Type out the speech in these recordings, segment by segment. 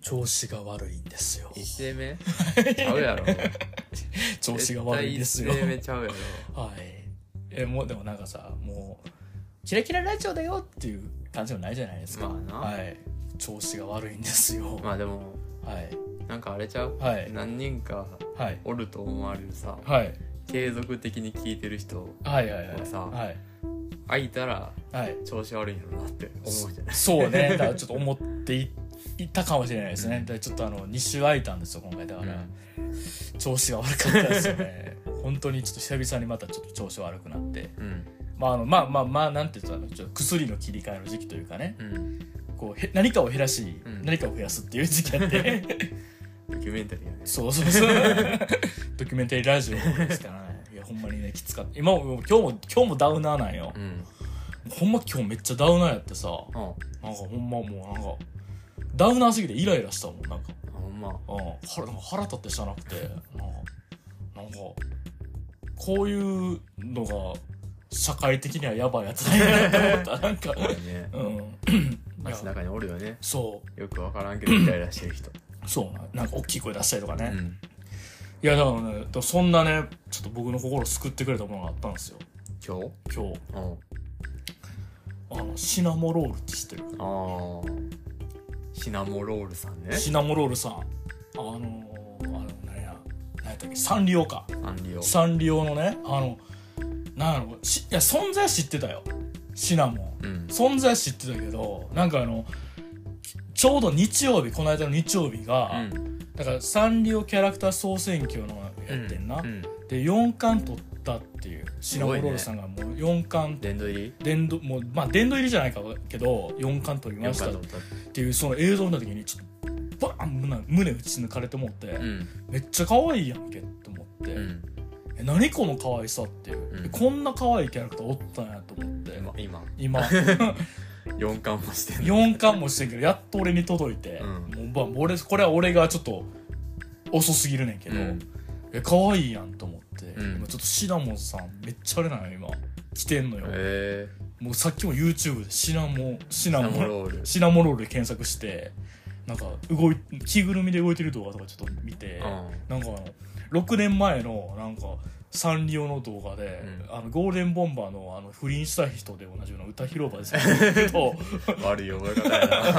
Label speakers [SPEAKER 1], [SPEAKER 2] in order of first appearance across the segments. [SPEAKER 1] 調子が悪いんですよ。
[SPEAKER 2] 一例目ちゃうやろ。
[SPEAKER 1] 調子が悪いんですよ。
[SPEAKER 2] 絶対一例目ちゃうやろ。
[SPEAKER 1] はい。え、もうでもなんかさ、もう、キラキララジオだよっていう感じもないじゃないですか。
[SPEAKER 2] まあな
[SPEAKER 1] はい。調子が悪いんですよ。
[SPEAKER 2] まあでも、
[SPEAKER 1] はい。
[SPEAKER 2] なんかあれちゃう、
[SPEAKER 1] はい
[SPEAKER 2] 何人か
[SPEAKER 1] はい。
[SPEAKER 2] おると思われるさ、
[SPEAKER 1] はい。
[SPEAKER 2] 継続的に聞いてる人、
[SPEAKER 1] はいはいはい。
[SPEAKER 2] さ
[SPEAKER 1] はい。
[SPEAKER 2] 空いたら
[SPEAKER 1] はい。
[SPEAKER 2] 調子悪いんやろなって思うじゃない
[SPEAKER 1] そうね。だからちょっと思っていいったかもしれないですね。でちょっとあの、2週空いたんですよ、今回。だから、調子が悪かったですよね。本当にちょっと久々にまたちょっと調子悪くなって。
[SPEAKER 2] うん。
[SPEAKER 1] まああの、まあまあまあ、なんて言ったら、ちょっと薬の切り替えの時期というかね。
[SPEAKER 2] うん。
[SPEAKER 1] こうへ何かを減らし、
[SPEAKER 2] うん
[SPEAKER 1] 何かを増やすっていう時期あって
[SPEAKER 2] ドキュメンタリーやね。
[SPEAKER 1] そうそうそう ドキュメンタリーラジオですからねいやほんまにねきつかった今ももう今日も今日もダウナーなんよ
[SPEAKER 2] う、ん。
[SPEAKER 1] ほんま今日めっちゃダウナーやってさ
[SPEAKER 2] ああ、
[SPEAKER 1] なんかほんまもうなんかダウナーすぎてイライラしたもんなんか,、
[SPEAKER 2] ほんま。
[SPEAKER 1] うん、腹なんか腹立ってしたなくてなんかなんかこういうのが社会的にはやばいやつだよなと思ったなんか
[SPEAKER 2] ね。
[SPEAKER 1] うんいや
[SPEAKER 2] 街中におるよね。
[SPEAKER 1] そ
[SPEAKER 2] よくわからんけどイライラしてる人。
[SPEAKER 1] うそうななんか大きい声出したりとかね、
[SPEAKER 2] うん。
[SPEAKER 1] いやだからね、だからそんなね、ちょっと僕の心を救ってくれたものがあったんですよ。
[SPEAKER 2] 今日
[SPEAKER 1] 今日、
[SPEAKER 2] うん。
[SPEAKER 1] あの、シナモロールって知ってる
[SPEAKER 2] ああ。シナモロールさんね。
[SPEAKER 1] シナモロールさん。あのー、あの、なんや、なんやったっけ、サンリオか。
[SPEAKER 2] サンリオ。
[SPEAKER 1] サンリオのね、あの、なんやろ、しいや、存在は知ってたよ。シナモン。
[SPEAKER 2] うん。
[SPEAKER 1] 存在は知ってたけど、なんかあの、ちょうど日曜日、この間の日曜日が、
[SPEAKER 2] うん。
[SPEAKER 1] だからサンリオキャラクター総選挙のやってんな。
[SPEAKER 2] うん。
[SPEAKER 1] で、4巻取ったっていう、シナモロールさんがもう4巻
[SPEAKER 2] 殿堂入り
[SPEAKER 1] 殿堂もうまあ殿堂入りじゃないかけど4巻取りましたっ
[SPEAKER 2] よかった
[SPEAKER 1] ていうその映像を見た時にちょっとバーン胸胸打ち抜かれて思って、
[SPEAKER 2] うん。
[SPEAKER 1] めっちゃ可愛いやんけって思って、
[SPEAKER 2] うん。
[SPEAKER 1] え何この可愛さっていう、
[SPEAKER 2] うん
[SPEAKER 1] えこんな可愛いキャラクターおったんやと思って、
[SPEAKER 2] 今、今、
[SPEAKER 1] 今
[SPEAKER 2] 4巻もしてんの。
[SPEAKER 1] 4巻もしてんけどやっと俺に届いて、
[SPEAKER 2] うん
[SPEAKER 1] もうまあ、俺これは俺がちょっと遅すぎるねんけど、
[SPEAKER 2] うん
[SPEAKER 1] え可愛いやんと思って、
[SPEAKER 2] うん
[SPEAKER 1] 今ちょっとシナモンさんめっちゃあれなんよ今来てんのよ、
[SPEAKER 2] え
[SPEAKER 1] もうさっきも YouTube でシナモンシ
[SPEAKER 2] ー、シ
[SPEAKER 1] ナ
[SPEAKER 2] ナ
[SPEAKER 1] モ
[SPEAKER 2] モ
[SPEAKER 1] ン
[SPEAKER 2] ロール。
[SPEAKER 1] シナモロールで検索してなんか動い着ぐるみで動いてる動画とかちょっと見て、なんかあの6年前のなんかサンリオの動画で、
[SPEAKER 2] う
[SPEAKER 1] あのゴールデンボンバーのあの不倫した人でおなじみの歌広場です けど
[SPEAKER 2] うん。悪い覚え方 や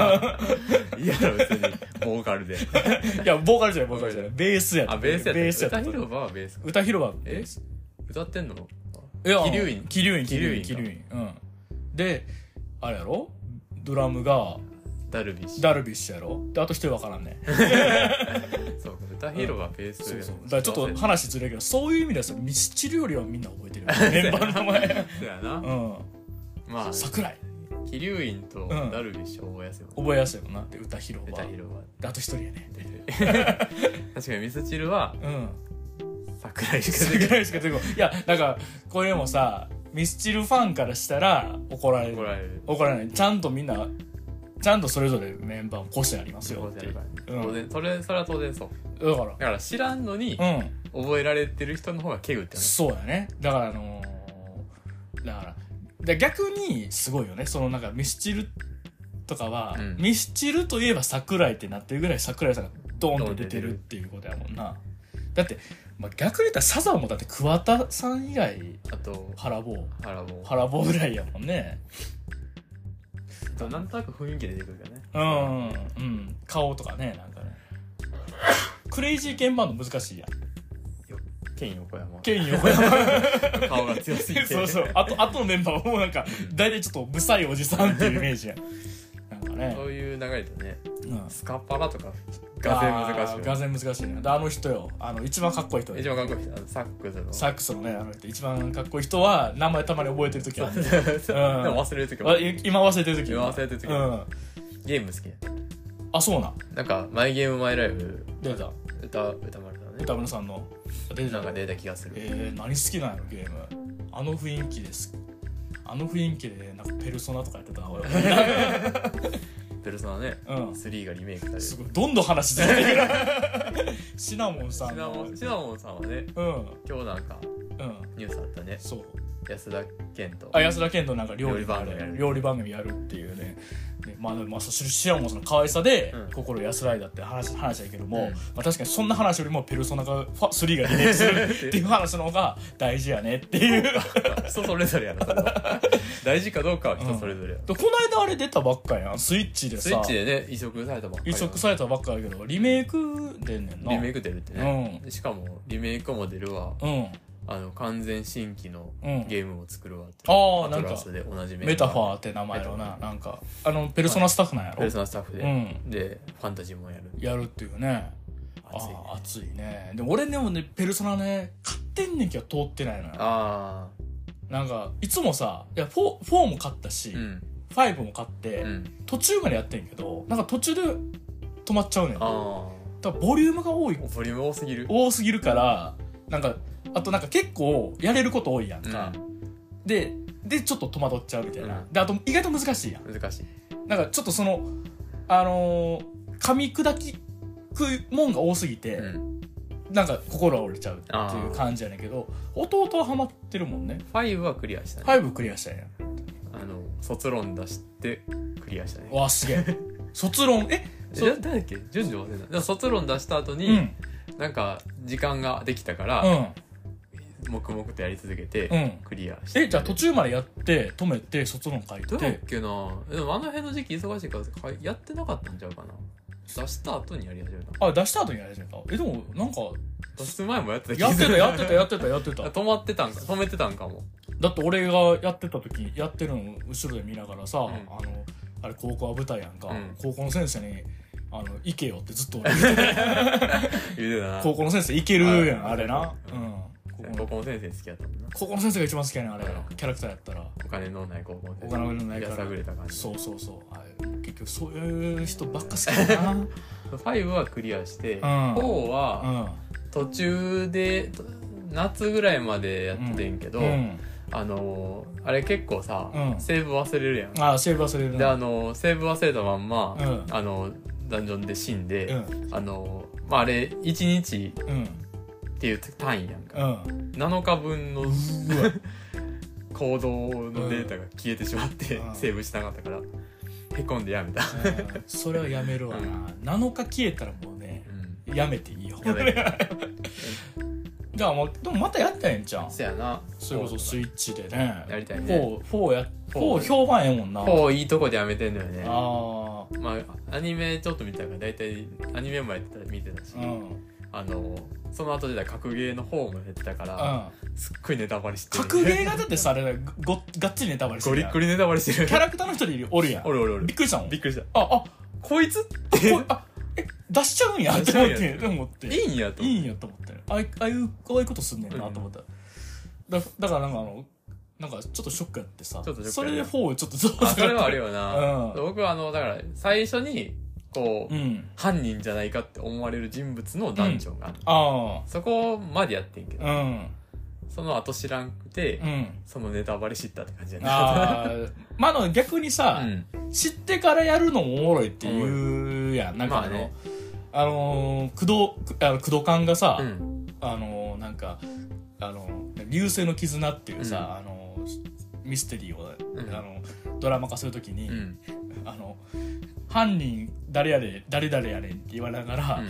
[SPEAKER 2] な。いやろ、別に。ボーカル
[SPEAKER 1] い
[SPEAKER 2] で。
[SPEAKER 1] やボーカルじゃないボーカルじゃないベースやった
[SPEAKER 2] あ、ベースやった。
[SPEAKER 1] ベースやった
[SPEAKER 2] 歌広場はベースか。
[SPEAKER 1] 歌広場
[SPEAKER 2] え歌ってんの
[SPEAKER 1] いや
[SPEAKER 2] 桐生院
[SPEAKER 1] 桐生院桐生院
[SPEAKER 2] 桐生
[SPEAKER 1] 桐生院うんであれやろドラムが
[SPEAKER 2] ダルビッシュ。
[SPEAKER 1] ダルビッシュやろであと一人わからんね
[SPEAKER 2] そうか、歌広場ベース
[SPEAKER 1] そ
[SPEAKER 2] や
[SPEAKER 1] う
[SPEAKER 2] な
[SPEAKER 1] そうだからちょっと話ずれるけどそういう意味ではさミスチルよりはみんな覚え てるよメンバーの名 前
[SPEAKER 2] そうやな。
[SPEAKER 1] う
[SPEAKER 2] まあ
[SPEAKER 1] ん、桜井
[SPEAKER 2] キリュウインとダルビッシュ覚えやすいもん。
[SPEAKER 1] 覚えやすいもんなって歌広場
[SPEAKER 2] 歌広場。
[SPEAKER 1] であと一人やね
[SPEAKER 2] 確かにミスチルは
[SPEAKER 1] うん
[SPEAKER 2] 桜井しか出てこな
[SPEAKER 1] 桜
[SPEAKER 2] い
[SPEAKER 1] 井しか出てこないいやだからこれもさミスチルファンからしたら怒られ
[SPEAKER 2] 怒
[SPEAKER 1] る
[SPEAKER 2] られる。
[SPEAKER 1] 怒られないちゃんとみんなちゃんとそれぞれメンバーも個性ありますよ
[SPEAKER 2] 当
[SPEAKER 1] っていう
[SPEAKER 2] 然
[SPEAKER 1] だか
[SPEAKER 2] 当然それそれは当然そうだから知らんのに
[SPEAKER 1] らうん
[SPEAKER 2] 覚えられてる人の方がケグってな
[SPEAKER 1] そうやねだからあのーだからで逆にすごいよねそのなんかミスチルとかは、
[SPEAKER 2] うん
[SPEAKER 1] ミスチルといえば桜井ってなってるぐらい桜井さんがドーンと出てるっていうことやもんなだって、まあ、逆に言ったらサザンもだって桑田さん以外
[SPEAKER 2] あと
[SPEAKER 1] 腹棒
[SPEAKER 2] 腹も
[SPEAKER 1] 腹棒ぐらいやもんね
[SPEAKER 2] なんとなく雰囲気で出てくるからね
[SPEAKER 1] うんうん顔とかねなんかねクレイジーケンバンド難しいやん
[SPEAKER 2] 剣横山
[SPEAKER 1] ケン横山
[SPEAKER 2] 顔が強すぎて
[SPEAKER 1] そうそうあとあとのメンバーはもうなんか大体ちょっとブサいおじさんっていうイメージやんなんかね
[SPEAKER 2] そ、ういう流れでね
[SPEAKER 1] うん、
[SPEAKER 2] スカパラとかがぜ難しい
[SPEAKER 1] ガ
[SPEAKER 2] よ
[SPEAKER 1] ゼ難しいねであの人よあの一番かっこいい人
[SPEAKER 2] 一番かっこいい人あのサックスの
[SPEAKER 1] サックスのねあの人一番かっこいい人は名前たまに覚えてる時は、ね、
[SPEAKER 2] でも忘れる時も
[SPEAKER 1] わ今忘れてる時
[SPEAKER 2] 今忘れてる時
[SPEAKER 1] う
[SPEAKER 2] も
[SPEAKER 1] ん
[SPEAKER 2] ゲーム好きや
[SPEAKER 1] あそうなん
[SPEAKER 2] なんか「マイゲームマイライブ
[SPEAKER 1] 出てた」
[SPEAKER 2] 歌歌丸だね
[SPEAKER 1] 歌村さんの出て
[SPEAKER 2] な
[SPEAKER 1] た
[SPEAKER 2] んか出た気がする
[SPEAKER 1] えー、何好きなんやろゲームあの雰囲気ですあの雰囲気でなんかペルソナとかやってたな俺
[SPEAKER 2] ペルソナね
[SPEAKER 1] うん
[SPEAKER 2] 3がリメイクされる
[SPEAKER 1] す
[SPEAKER 2] シ
[SPEAKER 1] ごいどんどん話ずれ てくるシナモンさん
[SPEAKER 2] ナ
[SPEAKER 1] の
[SPEAKER 2] モンシナモンさんはね
[SPEAKER 1] うん
[SPEAKER 2] 今日なんか
[SPEAKER 1] うん
[SPEAKER 2] ニュースあったね
[SPEAKER 1] そう
[SPEAKER 2] 安田健と
[SPEAKER 1] あ安田健のなんか料理番
[SPEAKER 2] 料理番組や
[SPEAKER 1] 組
[SPEAKER 2] る
[SPEAKER 1] 料理番組やるっていうねでまあでもまあそシロンもその可愛さで
[SPEAKER 2] うん
[SPEAKER 1] 心安らいだって話話だけども、
[SPEAKER 2] うん
[SPEAKER 1] まあ、確かにそんな話よりもペルソナがファ3がリメイクするっていう話の方が大事やねっていう
[SPEAKER 2] 人それぞれやなそれは大事かどうかは人それぞれや、
[SPEAKER 1] でこの間あれ出たばっかやんスイッチでさ
[SPEAKER 2] スイッチでね移植されたばっかり
[SPEAKER 1] 移
[SPEAKER 2] やな
[SPEAKER 1] 植されたばっかやけどリメイクでんねんな
[SPEAKER 2] リメイク出るってね、
[SPEAKER 1] う
[SPEAKER 2] しかもリメイクモデルは
[SPEAKER 1] うん
[SPEAKER 2] あの完全新規の
[SPEAKER 1] うん
[SPEAKER 2] ゲームを作るわって、
[SPEAKER 1] ああ
[SPEAKER 2] ア
[SPEAKER 1] なん
[SPEAKER 2] トラ
[SPEAKER 1] か
[SPEAKER 2] スで同じ
[SPEAKER 1] メタファーって名前やろうななんかあのペルソナスタッフなんやろ、
[SPEAKER 2] ペルソナスタッフで、
[SPEAKER 1] うん
[SPEAKER 2] でファンタジーもやる
[SPEAKER 1] やるっていうねあ
[SPEAKER 2] 熱いね
[SPEAKER 1] あ熱いねでも俺でもねペルソナね買ってんねんけど通ってないのよ
[SPEAKER 2] ああ
[SPEAKER 1] なんかいつもさいや 4, 4も買ったし、
[SPEAKER 2] うん
[SPEAKER 1] 5も買って、
[SPEAKER 2] うん
[SPEAKER 1] 途中までやってんけどなんか途中で止まっちゃうねんだか
[SPEAKER 2] あ
[SPEAKER 1] らボリュームが多い
[SPEAKER 2] あボリューム多すぎる
[SPEAKER 1] 多すぎるからなんかあとなんか結構やれること多いやんか、ででちょっと戸惑っちゃうみたいな、
[SPEAKER 2] うん
[SPEAKER 1] であと意外と難しいやん
[SPEAKER 2] うん、難しい
[SPEAKER 1] なんかちょっとそのあのー噛み砕き食うもんが多すぎて、
[SPEAKER 2] うん
[SPEAKER 1] なんか心が折れちゃうっていう感じやねんけど弟はハマってるもんね
[SPEAKER 2] 5はクリアしたね、
[SPEAKER 1] 5クリアしたんや
[SPEAKER 2] あの卒論出してクリアしたね
[SPEAKER 1] わあすげ え卒論え
[SPEAKER 2] えな誰だっけ順序忘れたでも卒論出した後
[SPEAKER 1] う
[SPEAKER 2] に、
[SPEAKER 1] ん
[SPEAKER 2] なんか時間ができたか
[SPEAKER 1] う
[SPEAKER 2] ら、
[SPEAKER 1] ん
[SPEAKER 2] 黙々とやり続けて、
[SPEAKER 1] うん
[SPEAKER 2] クリアして
[SPEAKER 1] えじゃあ途中までやって止めて卒論書い
[SPEAKER 2] どうやってけなでもあの辺の時期忙しいからかやってなかったんちゃうかな出した後にやり始めた
[SPEAKER 1] あ出した後にやり始めたえでもなん か
[SPEAKER 2] 出す前もやってた気
[SPEAKER 1] や
[SPEAKER 2] が
[SPEAKER 1] っ
[SPEAKER 2] す
[SPEAKER 1] て
[SPEAKER 2] る
[SPEAKER 1] たやってたや ってたやってた
[SPEAKER 2] 止まってたんか止めてたんかも
[SPEAKER 1] だって俺がやってた時やってるのを後ろで見ながらさ、
[SPEAKER 2] ん
[SPEAKER 1] あのあれ高校は舞台やんか、
[SPEAKER 2] うん
[SPEAKER 1] 高校の先生に「あの行けよ」ってずっと俺言ってた
[SPEAKER 2] 言うてたな
[SPEAKER 1] 高
[SPEAKER 2] 高
[SPEAKER 1] 校の先生行けるやん
[SPEAKER 2] あ
[SPEAKER 1] あれな、
[SPEAKER 2] う
[SPEAKER 1] うんん、高校の
[SPEAKER 2] 校の先生好きやったもんな
[SPEAKER 1] 高校の先生が一番好きやねんあれ
[SPEAKER 2] うん
[SPEAKER 1] キャラクターやったら
[SPEAKER 2] お金のない高校の
[SPEAKER 1] お
[SPEAKER 2] 先生
[SPEAKER 1] 金のない
[SPEAKER 2] や
[SPEAKER 1] か
[SPEAKER 2] さ
[SPEAKER 1] ら
[SPEAKER 2] ぐれた感じ
[SPEAKER 1] そうそうそうあれ結局そういう人ばっか好きだなうん
[SPEAKER 2] 5はクリアして、
[SPEAKER 1] ん
[SPEAKER 2] 4は 途中でと夏ぐらいまでやってんけど、
[SPEAKER 1] うん
[SPEAKER 2] あのーあれ結構さ、
[SPEAKER 1] うん
[SPEAKER 2] セーブ忘れるやん
[SPEAKER 1] ああセーブ忘れる
[SPEAKER 2] であ
[SPEAKER 1] な
[SPEAKER 2] のセーブ忘れたまんま、
[SPEAKER 1] うん
[SPEAKER 2] あのダンジョンで死んで、
[SPEAKER 1] うん
[SPEAKER 2] あのまああれ1日
[SPEAKER 1] うん
[SPEAKER 2] っていう単位やんか、
[SPEAKER 1] うん
[SPEAKER 2] 7日分の
[SPEAKER 1] うわ
[SPEAKER 2] 行動のデータが消えてしまって、
[SPEAKER 1] うん
[SPEAKER 2] セーブしなかったからへこんでやめた、
[SPEAKER 1] うんそれはやめるわな7日 消えたらもうね
[SPEAKER 2] うん、
[SPEAKER 1] やめていいよ
[SPEAKER 2] やめ
[SPEAKER 1] じゃあもうでもまたやったらええんちゃう
[SPEAKER 2] そやな
[SPEAKER 1] それこそスイッチでね
[SPEAKER 2] やりたいね
[SPEAKER 1] 4 4や
[SPEAKER 2] フォー
[SPEAKER 1] 4評判ええもんな
[SPEAKER 2] こういいとこでやめてんのよね
[SPEAKER 1] あ
[SPEAKER 2] まあアニメちょっと見たから大体アニメもやってたら見てたし、
[SPEAKER 1] あうん
[SPEAKER 2] あのその後で格ゲーの方もやってたから、
[SPEAKER 1] うん
[SPEAKER 2] すっごいネタバレしてる
[SPEAKER 1] 格ゲーがだってさあれだごがっつりネタバレして る
[SPEAKER 2] ゴリ
[SPEAKER 1] やん
[SPEAKER 2] ッゴリネタバレしてる
[SPEAKER 1] キャラクターの一人おるやん
[SPEAKER 2] おるおるおる
[SPEAKER 1] びっくりしたもん
[SPEAKER 2] びっくりした
[SPEAKER 1] ああ
[SPEAKER 2] こいつっ
[SPEAKER 1] こ
[SPEAKER 2] て
[SPEAKER 1] あえ出しちゃうんやって思っ
[SPEAKER 2] 出しちゃうん
[SPEAKER 1] て
[SPEAKER 2] や
[SPEAKER 1] でも思って
[SPEAKER 2] いいんやと
[SPEAKER 1] い
[SPEAKER 2] 思
[SPEAKER 1] い
[SPEAKER 2] っ
[SPEAKER 1] ん
[SPEAKER 2] て
[SPEAKER 1] やと思ったよああいああいうああいうことすんねんなと思った、だだからなんかあのなんかちょっとショックやってさ
[SPEAKER 2] ちょっとショックやね
[SPEAKER 1] それで4をちょっとそう
[SPEAKER 2] あそれはあるよな、
[SPEAKER 1] う
[SPEAKER 2] 僕はあのだから最初にこう、
[SPEAKER 1] うん
[SPEAKER 2] 犯人じゃないかって思われる人物のダンジョンがある、
[SPEAKER 1] あ
[SPEAKER 2] そこまでやってんけど、
[SPEAKER 1] あうん
[SPEAKER 2] その後知らんくて、
[SPEAKER 1] うん
[SPEAKER 2] そのネタバレ知ったって感じやな、
[SPEAKER 1] あ ーまあでも逆にさ、
[SPEAKER 2] うん、
[SPEAKER 1] 知ってからやるのもおもろいっていうやんなんかあの、
[SPEAKER 2] まあね
[SPEAKER 1] あのー工藤くあの工藤勘がさ、
[SPEAKER 2] うん
[SPEAKER 1] あのなんかあの流星の絆っていう
[SPEAKER 2] うん
[SPEAKER 1] さ、あのミステリーを、
[SPEAKER 2] うん
[SPEAKER 1] あのドラマ化するときに、
[SPEAKER 2] うん
[SPEAKER 1] あの犯人誰やで誰々やねんって言われながら、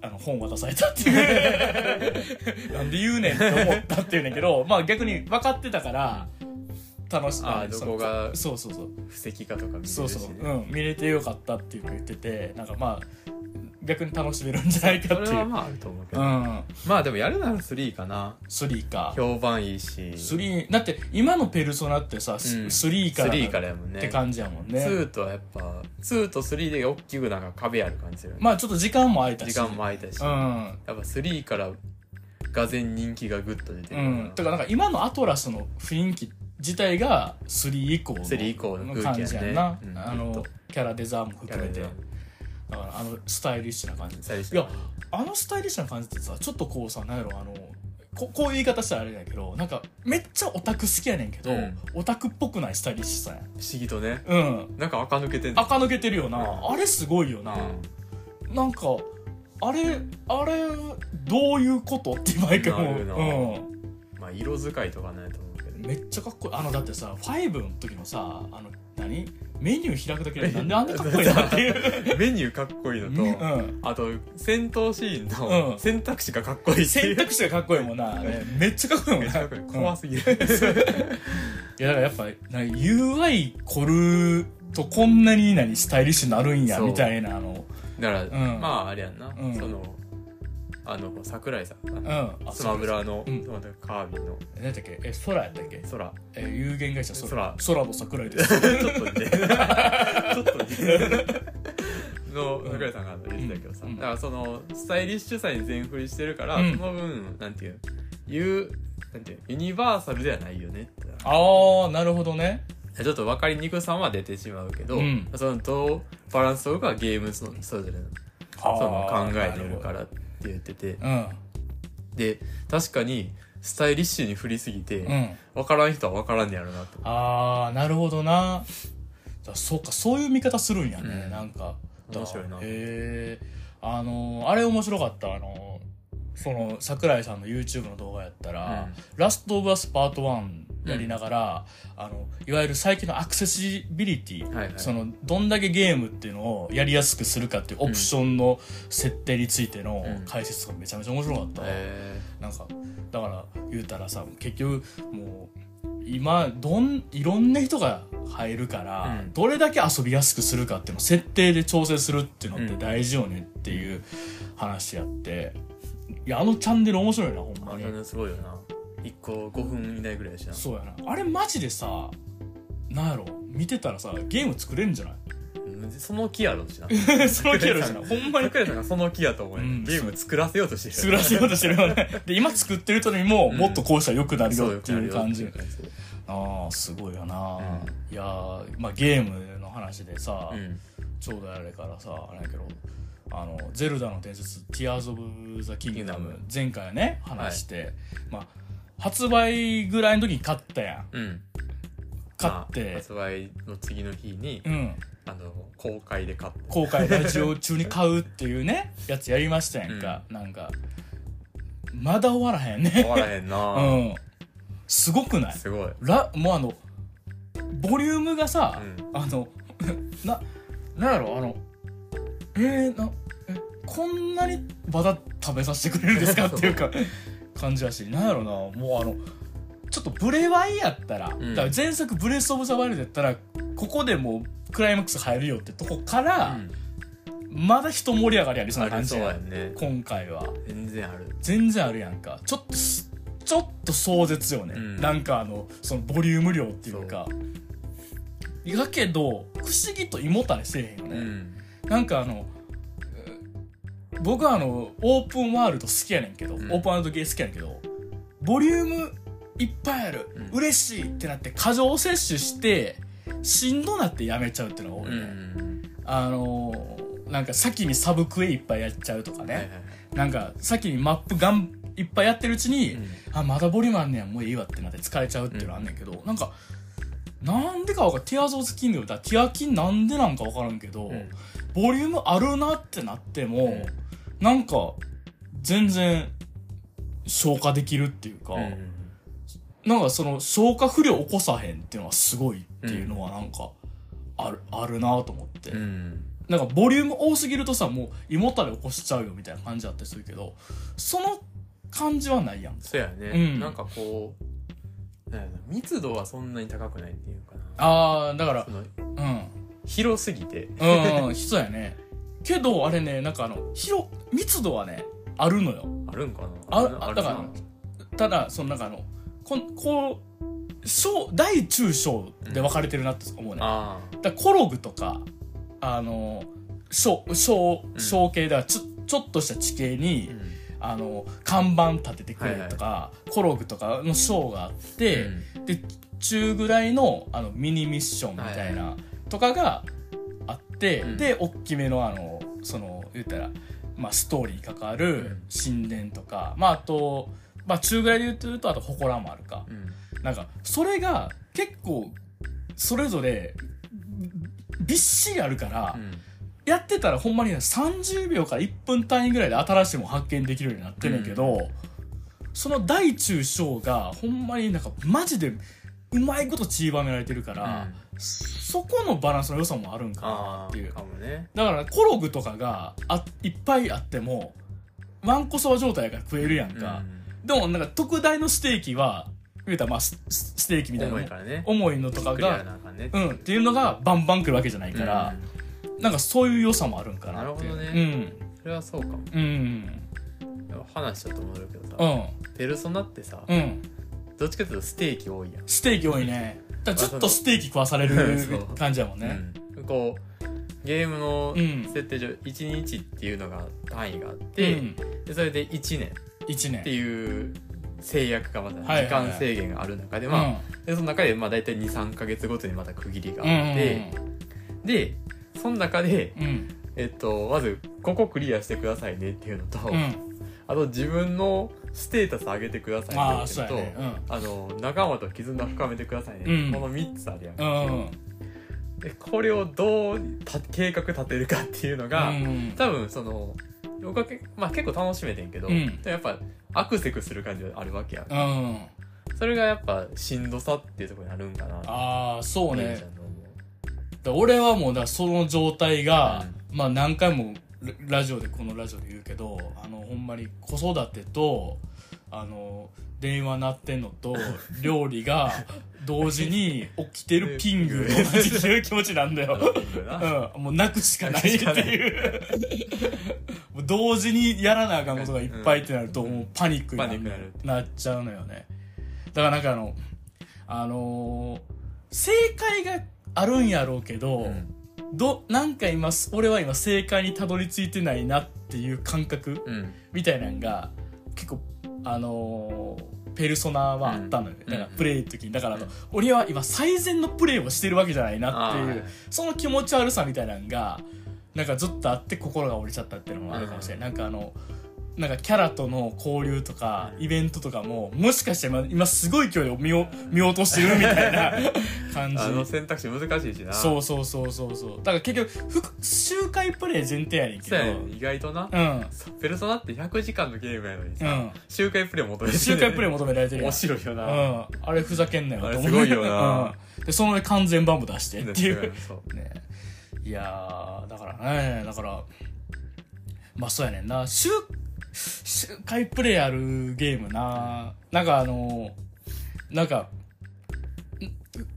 [SPEAKER 1] あの本渡されたっていう なんで言うねんって思ったっていうんだけどまあ逆に分かってたから楽し
[SPEAKER 2] あー
[SPEAKER 1] そ
[SPEAKER 2] どこが
[SPEAKER 1] そうそうそう
[SPEAKER 2] 布石かとか見れるし
[SPEAKER 1] そうそう、うん、見れてよかったっていうの言っててなんかまあ逆に楽しめるんじゃないか
[SPEAKER 2] そ
[SPEAKER 1] っ
[SPEAKER 2] れ
[SPEAKER 1] てい
[SPEAKER 2] は
[SPEAKER 1] う。
[SPEAKER 2] まああると思うけ
[SPEAKER 1] う
[SPEAKER 2] ど、
[SPEAKER 1] ん、
[SPEAKER 2] まあでもやるなら3かな
[SPEAKER 1] スリーか
[SPEAKER 2] 評判いいし
[SPEAKER 1] スリーだって今のペルソナってさ、
[SPEAKER 2] うん
[SPEAKER 1] スリーから
[SPEAKER 2] 3からやもんね
[SPEAKER 1] って感じやもんね
[SPEAKER 2] 2とはやっぱ2と3で大きくなんか壁ある感じするよね
[SPEAKER 1] まあちょっと時間も空いたし
[SPEAKER 2] 時間も空いたし、
[SPEAKER 1] う
[SPEAKER 2] やっ
[SPEAKER 1] ん
[SPEAKER 2] ぱ3からがぜん人気がぐっと出て
[SPEAKER 1] う
[SPEAKER 2] るよな、
[SPEAKER 1] んだからなんか今のアトラスの雰囲気自体が3以降の
[SPEAKER 2] 3以降の空気
[SPEAKER 1] 感
[SPEAKER 2] やね
[SPEAKER 1] じやんな、
[SPEAKER 2] うん
[SPEAKER 1] あ
[SPEAKER 2] ほ
[SPEAKER 1] の
[SPEAKER 2] んと
[SPEAKER 1] キャラデザーンも
[SPEAKER 2] や
[SPEAKER 1] 含
[SPEAKER 2] ら
[SPEAKER 1] め
[SPEAKER 2] れ
[SPEAKER 1] て
[SPEAKER 2] て
[SPEAKER 1] だからあのスタイリッシュな感じ
[SPEAKER 2] 最初
[SPEAKER 1] いやあのスタイリッシュな感じってさちょっとこうさなんやろあのここういう言い方したらあれだけどなんかめっちゃオタク好きやねんけど、
[SPEAKER 2] うん
[SPEAKER 1] オタクっぽくないスタイリッシュさや
[SPEAKER 2] 不思議とね
[SPEAKER 1] うん
[SPEAKER 2] なんか垢抜けてんの
[SPEAKER 1] 垢抜けてるよな、
[SPEAKER 2] うん
[SPEAKER 1] あれすごいよな、
[SPEAKER 2] うん
[SPEAKER 1] なんかあれあれどういうことって毎回
[SPEAKER 2] なるな
[SPEAKER 1] もう、
[SPEAKER 2] まあ色使いとかないと思うけど
[SPEAKER 1] うん、
[SPEAKER 2] ね、
[SPEAKER 1] めっちゃかっこいいあのだってさ5の時のさあの何メニュー開くだけでなんであんなかっこいいなって いう、
[SPEAKER 2] メニューかっこいいのと、
[SPEAKER 1] うん、
[SPEAKER 2] あと戦闘シーン
[SPEAKER 1] う
[SPEAKER 2] の
[SPEAKER 1] ん
[SPEAKER 2] 選択肢がかっこいいってい
[SPEAKER 1] 選
[SPEAKER 2] う、
[SPEAKER 1] 択肢がかっこいいもんなあれめっちゃかっこいいもんな
[SPEAKER 2] めっちゃかっこいい 怖
[SPEAKER 1] うん
[SPEAKER 2] すぎる、
[SPEAKER 1] いやだからやっぱな UI 凝るとこんなに何スタイリッシュになるんや
[SPEAKER 2] そう
[SPEAKER 1] みたいなあの
[SPEAKER 2] だから、
[SPEAKER 1] うん
[SPEAKER 2] まああれやんな、
[SPEAKER 1] うん
[SPEAKER 2] そのあの桜井さん
[SPEAKER 1] うん
[SPEAKER 2] あ
[SPEAKER 1] あ
[SPEAKER 2] のスマブラの、
[SPEAKER 1] うん
[SPEAKER 2] そのカービィの
[SPEAKER 1] 何やったっけえ空やったっけ
[SPEAKER 2] 空
[SPEAKER 1] え有限会社
[SPEAKER 2] 空
[SPEAKER 1] 空も桜井です
[SPEAKER 2] ちょっ と似てるちょっと似てるの桜井さんが言ってたけどさ、
[SPEAKER 1] うん
[SPEAKER 2] だからそのスタイリッシュさに全振りしてるから、
[SPEAKER 1] うん
[SPEAKER 2] その分なんていうユなんていうユニバーサルではないよねって
[SPEAKER 1] ああなるほどね
[SPEAKER 2] ちょっと分かりにくさは出てしまうけど、
[SPEAKER 1] うん
[SPEAKER 2] そのどうバランスを取るかはゲームそのそれぞれの
[SPEAKER 1] そ
[SPEAKER 2] その考えてるからって言ってて
[SPEAKER 1] うん
[SPEAKER 2] で確かにスタイリッシュに振りすぎて、
[SPEAKER 1] うん
[SPEAKER 2] 分からん人は分からんねやろなと
[SPEAKER 1] ああなるほどなだそうかそういう見方するんやね、
[SPEAKER 2] うん
[SPEAKER 1] なんか
[SPEAKER 2] 面白いな
[SPEAKER 1] へえあのーあれ面白かったあのーその桜井さんの YouTube の動画やったら
[SPEAKER 2] うん
[SPEAKER 1] 「ラスト・オブ・アス・パート1」やりながら、あのいわゆる最近のアクセシビリティ、
[SPEAKER 2] はいはい
[SPEAKER 1] そのどんだけゲームっていうのをやりやすくするかっていうオプションの設定についての
[SPEAKER 2] うん
[SPEAKER 1] 解説がめちゃめちゃ面白かったわ、
[SPEAKER 2] え
[SPEAKER 1] なんかだから言うたらさ結局もう今どんいろんな人が入るから、
[SPEAKER 2] うん
[SPEAKER 1] どれだけ遊びやすくするかっていうのを設定で調整するっていうのって
[SPEAKER 2] うん
[SPEAKER 1] 大事よねっていう話やって、いやあのチャンネル面白いなほん
[SPEAKER 2] ー、
[SPEAKER 1] ま
[SPEAKER 2] あ
[SPEAKER 1] に、
[SPEAKER 2] れねすごいよな1個5分以内ぐらいやしな
[SPEAKER 1] そうやなあれマジでさなんやろ見てたらさゲーム作れるんじゃ な
[SPEAKER 2] うんその気やろ うしな
[SPEAKER 1] いその気やるしな ほんまに
[SPEAKER 2] 桜井さんがその気やと思うよね、
[SPEAKER 1] うん
[SPEAKER 2] ゲーム作らせようとして
[SPEAKER 1] 作
[SPEAKER 2] る
[SPEAKER 1] らせようとしてるよねで今作ってる人にも
[SPEAKER 2] うん
[SPEAKER 1] もっとこうしたらよくなるよ
[SPEAKER 2] そ
[SPEAKER 1] っていう感じ、
[SPEAKER 2] よくなるよっていう
[SPEAKER 1] ああすごいよな、
[SPEAKER 2] う
[SPEAKER 1] いやーまあゲームの話でさ、
[SPEAKER 2] 感じ
[SPEAKER 1] ち
[SPEAKER 2] うん
[SPEAKER 1] ょうどあれからさあれやけどあの「ゼルダの伝説 Tears of the Kingdom」前回ね話して、まあ発売ぐらいの時に買ったやん
[SPEAKER 2] うん
[SPEAKER 1] 買っ
[SPEAKER 2] まあ
[SPEAKER 1] て、
[SPEAKER 2] 発売の次の日に、
[SPEAKER 1] うん
[SPEAKER 2] あの公開で買って
[SPEAKER 1] 公開ラジオ中に買うっていうね やつやりましたやんか、なんかまだ終わらへんね
[SPEAKER 2] 終わらへん な、
[SPEAKER 1] うんすごくない
[SPEAKER 2] すごい、
[SPEAKER 1] らもうあのボリュームがさ、
[SPEAKER 2] うん
[SPEAKER 1] あのななんやろあのえー、なえこんなにまだ食べさせてくれるんですかっていう か感じやしなんやろなもうあのちょっとブレワイやったら,、
[SPEAKER 2] ん
[SPEAKER 1] だから前作「ブレス・オブ・ザ・ワイルド」やったらここでもうクライマックス入るよってとこから、まだ人盛り上がりありそう
[SPEAKER 2] あ
[SPEAKER 1] な感
[SPEAKER 2] れ
[SPEAKER 1] じ
[SPEAKER 2] そう
[SPEAKER 1] や
[SPEAKER 2] や
[SPEAKER 1] ん
[SPEAKER 2] ね
[SPEAKER 1] 今回は
[SPEAKER 2] 全然ある
[SPEAKER 1] 全然あるやんかちょっとすちょっと壮絶よね、
[SPEAKER 2] うん
[SPEAKER 1] なんかあのそのボリューム量っていうかだけど不思議と胃もたれせえへんよ
[SPEAKER 2] う
[SPEAKER 1] ね、
[SPEAKER 2] ん
[SPEAKER 1] なんかあのえー僕はあのオープンワールド好きやねんけど、
[SPEAKER 2] ん
[SPEAKER 1] オープンワールド系好きやねんけどボリュームいっぱいある、
[SPEAKER 2] うん
[SPEAKER 1] 嬉しいってなって過剰摂取してしんどなってやめちゃうっていうのが多
[SPEAKER 2] う
[SPEAKER 1] いね、
[SPEAKER 2] ん
[SPEAKER 1] あのーなんか先にサブクエいっぱいやっちゃうとかね、
[SPEAKER 2] はいはいはい
[SPEAKER 1] なんか先にマップがんいっぱいやってるうちに、
[SPEAKER 2] うん
[SPEAKER 1] あまだボリュームあんねやもういいわってなって疲れちゃうっていうのあんねんけど、なんかなんでかわかんティアーズ・オブ・ザ・キングだティアキンなんでなんかわからんけど、
[SPEAKER 2] うん
[SPEAKER 1] ボリュームあるなってなっても、
[SPEAKER 2] うん
[SPEAKER 1] なんか全然消化できるっていうか、
[SPEAKER 2] うん
[SPEAKER 1] なんかその消化不良起こさへんっていうのはすごいっていうのはなんかある,、あるなと思って、
[SPEAKER 2] うん
[SPEAKER 1] なんかボリューム多すぎるとさもう胃もたれ起こしちゃうよみたいな感じだったりするけどその感じはないやん
[SPEAKER 2] そうやね、
[SPEAKER 1] うん
[SPEAKER 2] なんかこうなんやろな密度はそんなに高くないっていうかな
[SPEAKER 1] あーだから
[SPEAKER 2] そ
[SPEAKER 1] う
[SPEAKER 2] の
[SPEAKER 1] ん
[SPEAKER 2] 広すぎて
[SPEAKER 1] うん、 うん、そうやねけどあれねなんかあの広密度はねあるのよ
[SPEAKER 2] あるんかな
[SPEAKER 1] あ
[SPEAKER 2] る
[SPEAKER 1] あだからただそのなんかあのこんこう小大中小で分かれてるなって思うね、
[SPEAKER 2] あ
[SPEAKER 1] だからコログとかあの小小
[SPEAKER 2] ん
[SPEAKER 1] 小系ではちょちょっとした地形に、
[SPEAKER 2] ー、うん
[SPEAKER 1] あの看板立ててくれとか、コログとかのショーがあって、で中ぐらいのあのミニミッションみたいなとかがあって、
[SPEAKER 2] うん
[SPEAKER 1] で大きめのあのその言ったら、まあ、ストーリーに関わる神殿とか、まああと、まあ、中ぐらいで言うと言うとあと祠もあるか
[SPEAKER 2] うんうん
[SPEAKER 1] なんかそれが結構それぞれびっしりあるから、
[SPEAKER 2] うん
[SPEAKER 1] やってたらほんまにね30秒から1分単位ぐらいで新しいもん発見できるようになってんねんけど、その大中小がほんまになんかマジでうまいことちりばめられてるから、そこのバランスの良さもあるんかな
[SPEAKER 2] あ
[SPEAKER 1] っていう
[SPEAKER 2] かもね
[SPEAKER 1] だからコログとかがあいっぱいあってもわんこそば状態やから食えるやんか、でもなんか特大のステーキは言うたらまあススステーキみたいな
[SPEAKER 2] 重
[SPEAKER 1] も
[SPEAKER 2] い
[SPEAKER 1] ん
[SPEAKER 2] からね
[SPEAKER 1] 重いのとか
[SPEAKER 2] ゆっくりやら
[SPEAKER 1] が
[SPEAKER 2] なあかんね
[SPEAKER 1] うんっていうのがバンバン来るわけじゃないから、なんかそういう良さもあるんかな
[SPEAKER 2] なる
[SPEAKER 1] っ
[SPEAKER 2] ほ
[SPEAKER 1] ていう
[SPEAKER 2] どねそれはそうかも
[SPEAKER 1] うんうん
[SPEAKER 2] でも話ちょっと戻るけどさ、
[SPEAKER 1] うん
[SPEAKER 2] ペルソナってさ、
[SPEAKER 1] うん
[SPEAKER 2] どっちかっていうとステーキ多いやん、
[SPEAKER 1] ステーキ多いねだからずっとステーキ食わされる
[SPEAKER 2] そう
[SPEAKER 1] 感じやもんね
[SPEAKER 2] うんこうゲームの
[SPEAKER 1] うん
[SPEAKER 2] 設定上1日っていうのが単位があっ
[SPEAKER 1] う
[SPEAKER 2] て、
[SPEAKER 1] ん
[SPEAKER 2] でそれで1年
[SPEAKER 1] 1
[SPEAKER 2] って
[SPEAKER 1] 年
[SPEAKER 2] いう制約がまた
[SPEAKER 1] はい
[SPEAKER 2] 時
[SPEAKER 1] はいはい
[SPEAKER 2] 間制限がある中で、
[SPEAKER 1] うん
[SPEAKER 2] まあ、でその中でまあ大体23か月ごとにまた区切りがあ
[SPEAKER 1] うんうん
[SPEAKER 2] って、でその中で、
[SPEAKER 1] うん
[SPEAKER 2] えっと、まずここクリアしてくださいねっていうのと、
[SPEAKER 1] うん
[SPEAKER 2] あと自分のステータス上げてください
[SPEAKER 1] あ
[SPEAKER 2] ね
[SPEAKER 1] あ
[SPEAKER 2] ってい
[SPEAKER 1] そう
[SPEAKER 2] うの
[SPEAKER 1] や
[SPEAKER 2] と。
[SPEAKER 1] ねうん
[SPEAKER 2] あの仲間と絆深めてくださいね、
[SPEAKER 1] うん
[SPEAKER 2] この3つあるやん
[SPEAKER 1] う
[SPEAKER 2] か、
[SPEAKER 1] んうん
[SPEAKER 2] でこれをどうた計画立てるかっていうのが、
[SPEAKER 1] うん
[SPEAKER 2] 多分その僕はけ、まあ、結構楽しめてんけど、
[SPEAKER 1] うん
[SPEAKER 2] でもやっぱアクセクする感じがあるわけやん、
[SPEAKER 1] うん
[SPEAKER 2] それがやっぱしんどさっていうところにあるんかな
[SPEAKER 1] ああそう
[SPEAKER 2] レイち
[SPEAKER 1] ね
[SPEAKER 2] ゃんの思う
[SPEAKER 1] だから俺はもうだからその状態がまあ何回もララジオでこのラジオで言うけどあのほんまに子育てとあの電話鳴ってんのと料理が同時に起きてるピングと同じっていう気持ちなんだよ
[SPEAKER 2] あのピンクな
[SPEAKER 1] うん、もう泣くしかないっていう。 もう同時にやらなあかんことがいっぱいってなると、
[SPEAKER 2] うん
[SPEAKER 1] もうパニックにな
[SPEAKER 2] パニックになる
[SPEAKER 1] なっちゃうのよね。だからなんかあの、あのー正解があるんやろうけど、
[SPEAKER 2] うん
[SPEAKER 1] ど、なんか今、俺は今正解にたどり着いてないなっていう感覚
[SPEAKER 2] うん
[SPEAKER 1] みたいなのが、結構、あのーペルソナはあったのよ、
[SPEAKER 2] うん
[SPEAKER 1] だから
[SPEAKER 2] うん
[SPEAKER 1] プレイの時にだからあの、
[SPEAKER 2] うん
[SPEAKER 1] 俺は今最善のプレイをしてるわけじゃないなっ
[SPEAKER 2] あ
[SPEAKER 1] ていう
[SPEAKER 2] ー
[SPEAKER 1] その気持ち悪さみたいなのがなんかずっとあって心が折れちゃったっていうのもあるかもしれない、なんかあのなんかキャラとの交流とか
[SPEAKER 2] うん
[SPEAKER 1] イベントとかももしかして今今すごい勢いを見よ見落としてるみたいな 感
[SPEAKER 2] あの
[SPEAKER 1] じ
[SPEAKER 2] 選択肢難しいしな
[SPEAKER 1] そうそうそうそうそうだから結局ふく周回プレイ前提やねんけ
[SPEAKER 2] そ
[SPEAKER 1] ど
[SPEAKER 2] うやね意外とな、
[SPEAKER 1] うん
[SPEAKER 2] ペルソナって100時間のゲームやのにさ、
[SPEAKER 1] うん
[SPEAKER 2] 周回プレイ求めて
[SPEAKER 1] 周回プレイ
[SPEAKER 2] イ
[SPEAKER 1] 求められてるや
[SPEAKER 2] 面
[SPEAKER 1] ん
[SPEAKER 2] 白いよ
[SPEAKER 1] う
[SPEAKER 2] な、
[SPEAKER 1] ん、あれふざけんなよと思う
[SPEAKER 2] あれすごいよな、
[SPEAKER 1] うん、でその上完全版も出してっていう
[SPEAKER 2] そう
[SPEAKER 1] ねいやーだからねだからまあそうやねんな周周回プレイあるゲームななんかあのなんかん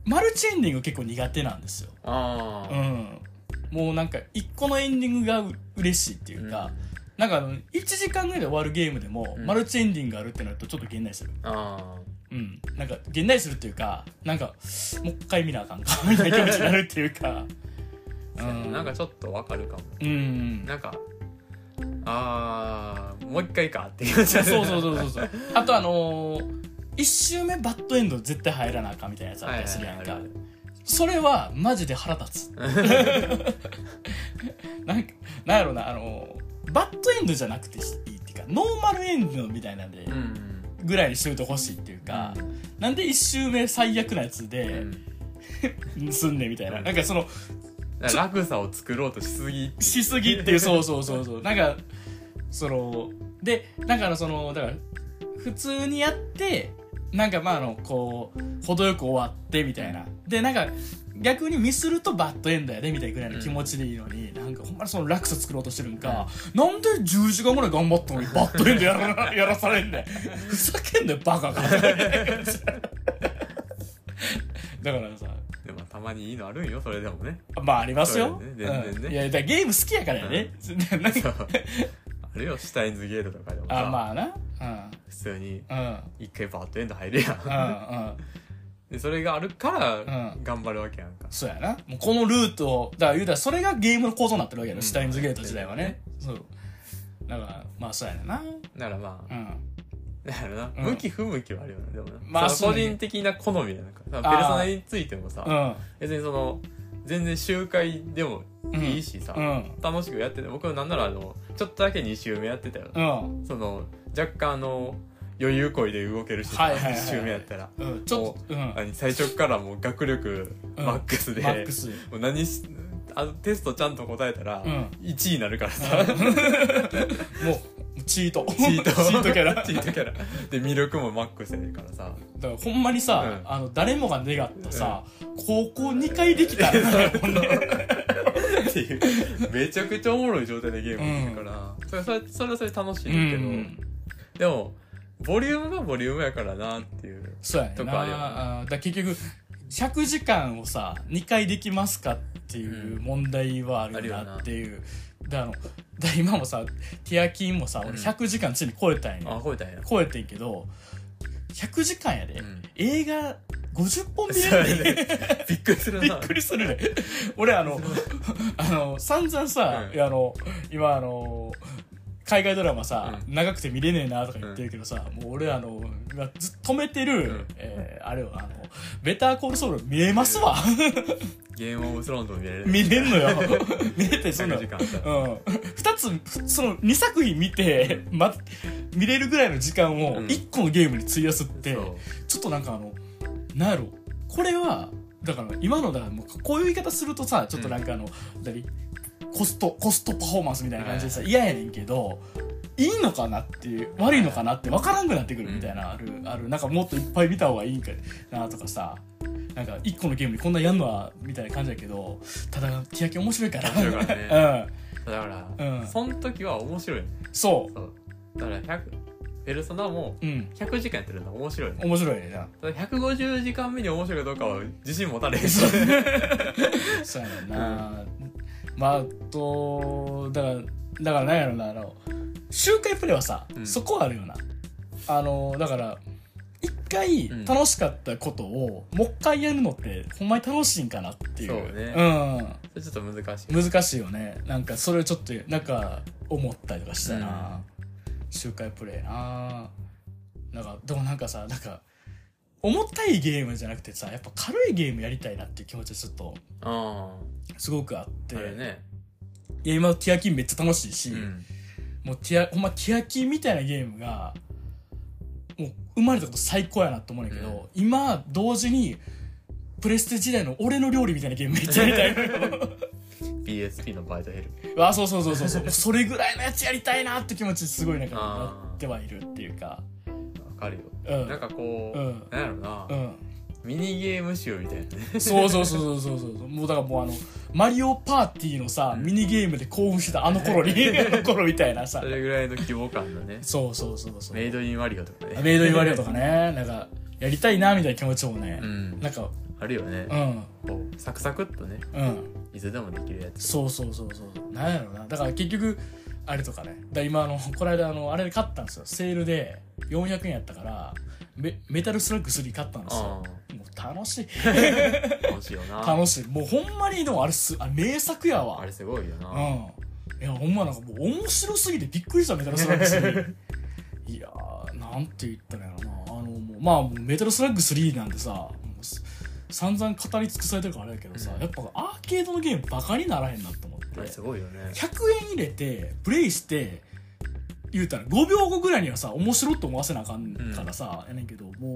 [SPEAKER 1] マルチエンディング結構苦手なんですよ
[SPEAKER 2] あ
[SPEAKER 1] う
[SPEAKER 2] あ、
[SPEAKER 1] んもうなんか一個のエンディングがう嬉しいっていうか、なんかあの1時間ぐらいで終わるゲームでも、
[SPEAKER 2] うん
[SPEAKER 1] マルチエンディングがあるってなるとちょっとげんなりする
[SPEAKER 2] あ
[SPEAKER 1] うん、なんか現代するっていうかなんかもう一回見なあかん かみたいな気持ちになるっていうか
[SPEAKER 2] あ、なんかちょっとわかるかも
[SPEAKER 1] うん
[SPEAKER 2] なんかああもう一回かっていう感じ
[SPEAKER 1] そう
[SPEAKER 2] だね
[SPEAKER 1] そうそうそうそうあとあのー、1周目バッドエンド絶対入らなあかんみたいなやつあったりするやん
[SPEAKER 2] は
[SPEAKER 1] か
[SPEAKER 2] いはいはい
[SPEAKER 1] それはマジで腹立つ なんかなんやろうなあのーバッドエンドじゃなくていいっていうかノーマルエンドみたいなんで
[SPEAKER 2] うん
[SPEAKER 1] ぐらいにしといてほしいっていうか、なんで1周目最悪なやつ
[SPEAKER 2] うんう
[SPEAKER 1] で
[SPEAKER 2] ん
[SPEAKER 1] すんねんみたいななんかその
[SPEAKER 2] だから落差を作ろうとしすぎ
[SPEAKER 1] しすぎって いうそうそうそうそうなんかそのでなんかあのそのだから普通にやってなんかまああのこう程よく終わってみたいなでなんか逆にミスるとバッドエンドやでみたいなぐらいの気持ちでいいのに、なんかほんまにその落差作ろうとしてるんか、なんで10時間ぐらい頑張ったのにバッドエンドやら やらされんねんふざけんなよバ カがだからさ
[SPEAKER 2] でもたまにいいのあるんよそれでもね
[SPEAKER 1] まあありますよ。
[SPEAKER 2] そうだよね全然ね
[SPEAKER 1] うんいや、だからゲーム好きやからやね。 なん
[SPEAKER 2] そ
[SPEAKER 1] か
[SPEAKER 2] うあるよシュタインズゲートとかでもさ
[SPEAKER 1] あ、まあな。うん。
[SPEAKER 2] 普通に
[SPEAKER 1] うん。
[SPEAKER 2] 一回バッドエンド入るやん
[SPEAKER 1] うん。うん。
[SPEAKER 2] でそれがあるから
[SPEAKER 1] うん
[SPEAKER 2] 頑張るわけやんか、
[SPEAKER 1] そうやな。もうこのルートを、だから言うたらそれがゲームの構造になってるわけやね、
[SPEAKER 2] うん
[SPEAKER 1] シュタインズゲート時代はね。そう。だから、まあそうやねんな。
[SPEAKER 2] だからま
[SPEAKER 1] う
[SPEAKER 2] あ、
[SPEAKER 1] ん。
[SPEAKER 2] だからな、
[SPEAKER 1] うん
[SPEAKER 2] 向き不向きはあるよなでもな、
[SPEAKER 1] まあ
[SPEAKER 2] その個
[SPEAKER 1] そうね
[SPEAKER 2] 人的な好みやんかペルソ
[SPEAKER 1] あー
[SPEAKER 2] ナについてもさ、
[SPEAKER 1] うん。
[SPEAKER 2] 別にその全然集会でもいいしさ、
[SPEAKER 1] うん。
[SPEAKER 2] 楽しくやってて僕はなんならあのちょっとだけ2周目やってたよ、
[SPEAKER 1] うん。
[SPEAKER 2] その若干あの余裕こいで動けるしさ、
[SPEAKER 1] はいはいはいはい
[SPEAKER 2] 2周目やったら
[SPEAKER 1] うん。ちょっと、うん。マ
[SPEAKER 2] 何最初からもう学力
[SPEAKER 1] うん
[SPEAKER 2] マックスで、
[SPEAKER 1] ックス。
[SPEAKER 2] もう何しあのテストちゃんと答えたら
[SPEAKER 1] うん
[SPEAKER 2] 1位になるからさ、
[SPEAKER 1] もう、チート
[SPEAKER 2] チー ト
[SPEAKER 1] チートキャ ラ
[SPEAKER 2] チートキャラで魅力もマックスやからさ
[SPEAKER 1] だからほんまにさ、
[SPEAKER 2] う
[SPEAKER 1] あの誰もが願ったさ、高校2回できたらなもんね
[SPEAKER 2] っていうめちゃくちゃおもろい状態でゲームできるから、それそれそれはそれ楽しい
[SPEAKER 1] うんん
[SPEAKER 2] だ
[SPEAKER 1] う
[SPEAKER 2] け
[SPEAKER 1] ん
[SPEAKER 2] ど、でもボリュームがボリュームやからなっていう
[SPEAKER 1] そうやね
[SPEAKER 2] と
[SPEAKER 1] ん
[SPEAKER 2] こ
[SPEAKER 1] な
[SPEAKER 2] あるよ
[SPEAKER 1] あ
[SPEAKER 2] な
[SPEAKER 1] ーだから結局100時間をさ2回できますかっていう問題はある
[SPEAKER 2] あるよ
[SPEAKER 1] な
[SPEAKER 2] な
[SPEAKER 1] っていう、だからあのだから今もさティアキンもさ
[SPEAKER 2] うん
[SPEAKER 1] 俺100時間ついに超えたんや、
[SPEAKER 2] あ超えたんや、
[SPEAKER 1] 超えてんけど100時間やで、
[SPEAKER 2] うん
[SPEAKER 1] 映画50本見
[SPEAKER 2] そう
[SPEAKER 1] れ
[SPEAKER 2] や
[SPEAKER 1] るで、
[SPEAKER 2] ねびっくりする
[SPEAKER 1] びっ
[SPEAKER 2] な
[SPEAKER 1] くりするね俺あのあの散々さ、
[SPEAKER 2] うん
[SPEAKER 1] いやあの今あの海外ドラマさ、
[SPEAKER 2] う
[SPEAKER 1] 長くて見れねえなとか言ってるけどさ、もう俺あの今ずっと止めてる、
[SPEAKER 2] うん
[SPEAKER 1] えーあれよあのベターコールソウル見えますわ
[SPEAKER 2] ゲームオブスローンズも見れる
[SPEAKER 1] 見れんのよ見れてそんな
[SPEAKER 2] 100時
[SPEAKER 1] の
[SPEAKER 2] 間あったら
[SPEAKER 1] うん、2つその2作品見て、ま、見れるぐらいの時間を
[SPEAKER 2] うん
[SPEAKER 1] 1個のゲームに費やすって、
[SPEAKER 2] そう
[SPEAKER 1] ちょっとなんかあのなんやろこれはだから今のだからもうこういう言い方するとさちょっとなんかあの、何コストコストパフォーマンスみたいな感じでさ
[SPEAKER 2] は
[SPEAKER 1] 嫌やねんけどいいのかなっていう悪いのかなって分からんくなってくるみたいな、あるあるなんかもっといっぱい見た方がいいんかなとかさなんか1個のゲームにこんなやんのはみたいな感じだけどただ日焼け面白いから
[SPEAKER 2] 面白いからね
[SPEAKER 1] うん
[SPEAKER 2] だから、
[SPEAKER 1] うん
[SPEAKER 2] その時は面白いね
[SPEAKER 1] そ
[SPEAKER 2] そうだから100ペルソナも
[SPEAKER 1] う。うん。
[SPEAKER 2] 100時間やってるのは面白い ね
[SPEAKER 1] 面白いねな。
[SPEAKER 2] ただ150時間目に面白いかどうかは自信持たれ へんし
[SPEAKER 1] そうやねんな。まあ、あと、だから、だからなんやろな、あの、周回プレイはさ、
[SPEAKER 2] うん
[SPEAKER 1] そこはあるよな。あの、だから、一回
[SPEAKER 2] うん
[SPEAKER 1] 楽しかったことを、もう一回やるのって、ほんまに楽しいんかなっていう。
[SPEAKER 2] そうねそれちょっと難しい
[SPEAKER 1] うん。難しいよね。なんか、それをちょっと、なんか、思ったりとかしたな。周回プレイな。なんか、でもなんかさ、なんか、重たいゲームじゃなくてさ、やっぱ軽いゲームやりたいなっていう気持ちがちょっと、
[SPEAKER 2] あ
[SPEAKER 1] すごくあって、
[SPEAKER 2] ああれね、
[SPEAKER 1] いや今のティアキンめっちゃ楽しいし、
[SPEAKER 2] うん、
[SPEAKER 1] もうティアほんまティアキンみたいなゲームがもう生まれたこと最高やなと思うんやけど、今同時にプレステ時代の俺の料理みたいなゲームめっちゃやりたいのよ
[SPEAKER 2] BSP のバイトヘル
[SPEAKER 1] あそうそうそうそうそうもうそれぐらいのやつやりたいなって気持ちすごいなんか
[SPEAKER 2] あー
[SPEAKER 1] なってはいるっていうか
[SPEAKER 2] わかるよ
[SPEAKER 1] うん
[SPEAKER 2] なんかこう、
[SPEAKER 1] うん
[SPEAKER 2] なんやろな、
[SPEAKER 1] うん
[SPEAKER 2] ミニゲーム集みたいなね
[SPEAKER 1] そうそうそうそうそうそうもうだからもうあのマリオパーティーのさミニゲームで興奮してたあの頃 に あの頃みたいなさ
[SPEAKER 2] それぐらいの規模感のね
[SPEAKER 1] そうそうそうそう
[SPEAKER 2] メイドインワリオとかね
[SPEAKER 1] メイド言われるとかね、なんか、やりたいな、みたいな気持ちもね
[SPEAKER 2] う、ん
[SPEAKER 1] なんか、
[SPEAKER 2] あるよね
[SPEAKER 1] う、ん、
[SPEAKER 2] こうサクサクっとね
[SPEAKER 1] うん、
[SPEAKER 2] いつでもできるやつ
[SPEAKER 1] そうそうそうそう、なんやろな。だから結局、あれとかね、だから今あの、 この間あの、あれで買ったんですよ。セールで400円やったから、メメタルスラッグ3買ったんですよ。
[SPEAKER 2] あ
[SPEAKER 1] もう楽しい。
[SPEAKER 2] あ楽しいよな
[SPEAKER 1] 楽しい。もうほんまに、でもあれす、あ名作やわ
[SPEAKER 2] あ。れすごいよ
[SPEAKER 1] う
[SPEAKER 2] な、
[SPEAKER 1] ん。いや、ほんまなんかもう面白すぎてびっくりした、メタルスラッグ3。い やー、なんて言ったらやろな。あの、もう、まあ、もうメタルスラッグ3なんてさ、もうす散々語り尽くされてるからあれやけどさ、
[SPEAKER 2] うん
[SPEAKER 1] やっぱアーケードのゲームバカにならへんなと思って。
[SPEAKER 2] あれすごいよね
[SPEAKER 1] 100円入れて、プレイして、言うたら5秒後ぐらいにはさ、面白って思わせなあかんからさ、やねんけど、も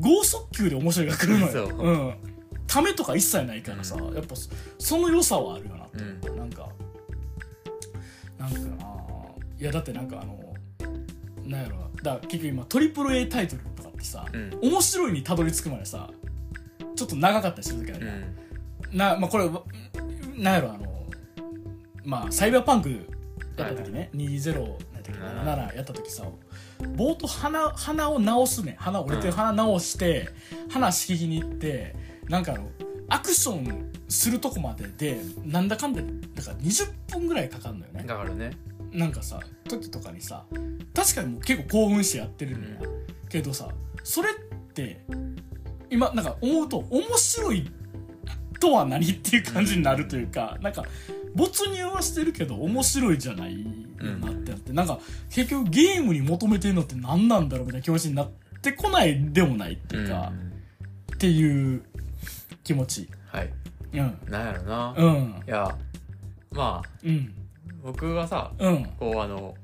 [SPEAKER 1] う、剛速球で面白いが来るのよ。
[SPEAKER 2] そう
[SPEAKER 1] うん。ためとか一切ないからさ、やっぱそその良さはあるよなって
[SPEAKER 2] うん
[SPEAKER 1] なんかなんかなあいやだってなんかあのなんやろなだから結局今トリプル a タイトルとかってさ、
[SPEAKER 2] うん
[SPEAKER 1] 面白いにたどり着くまでさちょっと長かったりする時あ
[SPEAKER 2] う
[SPEAKER 1] るやん、
[SPEAKER 2] ん
[SPEAKER 1] なまあこれわなんやろあのまあサイバーパンクやった時ね、20なんやったっけ
[SPEAKER 2] うん
[SPEAKER 1] 77やった時さ冒頭鼻鼻を直すね鼻折れてる鼻直して、鼻しきりに行ってなんかあのアクションするとこまででなんだかんだだから20分ぐらいかかるのよね
[SPEAKER 2] だからね
[SPEAKER 1] なんかさ時とかにさ確かにもう結構興奮してやってるんだよ、けどさそれって今なんか思うと面白いとは何っていう感じになるというか、なんか没入はしてるけど面白いじゃないよなってなって、なんか結局ゲームに求めてるのって何なんだろうみたいな気持ちになってこないでもないっていうか、
[SPEAKER 2] ん
[SPEAKER 1] っていう気持ち
[SPEAKER 2] はい
[SPEAKER 1] うん
[SPEAKER 2] なんやろな、
[SPEAKER 1] う
[SPEAKER 2] い
[SPEAKER 1] ん
[SPEAKER 2] やまあ
[SPEAKER 1] うん
[SPEAKER 2] 僕はさ
[SPEAKER 1] うん
[SPEAKER 2] こうあの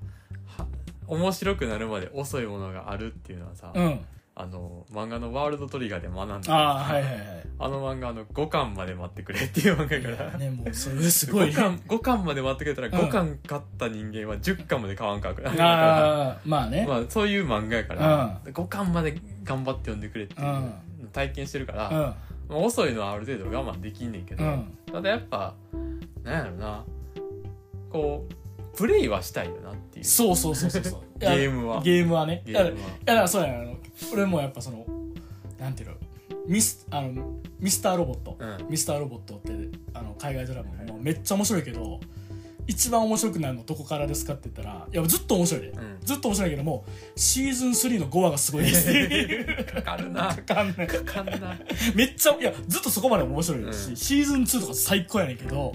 [SPEAKER 2] は面白くなるまで遅いものがあるっていうのはさ、
[SPEAKER 1] うん
[SPEAKER 2] あの漫画の「ワールドトリガー」で学んだんですけど
[SPEAKER 1] ああはいはいはい
[SPEAKER 2] あの漫画あの5巻まで待ってくれっていう漫画やから、
[SPEAKER 1] ねもうそれすごい
[SPEAKER 2] 5
[SPEAKER 1] ね
[SPEAKER 2] 巻5巻まで待ってくれたら
[SPEAKER 1] うん
[SPEAKER 2] 5巻買った人間は10巻まで買わんかくなるから
[SPEAKER 1] ああまあね、
[SPEAKER 2] まあそういう漫画やから、5巻まで頑張って読んでくれっていう
[SPEAKER 1] う
[SPEAKER 2] 体験してるから、まあ遅いのはある程度我慢できんねんけ
[SPEAKER 1] う
[SPEAKER 2] ど、
[SPEAKER 1] んうん
[SPEAKER 2] ただやっぱなんやろなこうプレイはしたいよなっていう
[SPEAKER 1] そうそうそうそうそう
[SPEAKER 2] ゲームは
[SPEAKER 1] ゲームはね
[SPEAKER 2] ゲ
[SPEAKER 1] いや
[SPEAKER 2] ー
[SPEAKER 1] い
[SPEAKER 2] ムは
[SPEAKER 1] やだからそうやねあの俺もやっぱそのなんていうのミスあのミスターロボット、
[SPEAKER 2] うん
[SPEAKER 1] ミスターロボットってあの海外ドラマもめっちゃ面白いけど一番面白くなるのどこからですかって言ったらいやずっと面白いで、
[SPEAKER 2] ん
[SPEAKER 1] ずっと面白いけどもシーズン3の5話がすごいですって いう
[SPEAKER 2] かかるな
[SPEAKER 1] わかんない
[SPEAKER 2] かかんな
[SPEAKER 1] めっちゃいやずっとそこまで面白いし、
[SPEAKER 2] うん
[SPEAKER 1] シーズン2とか最高やねんけど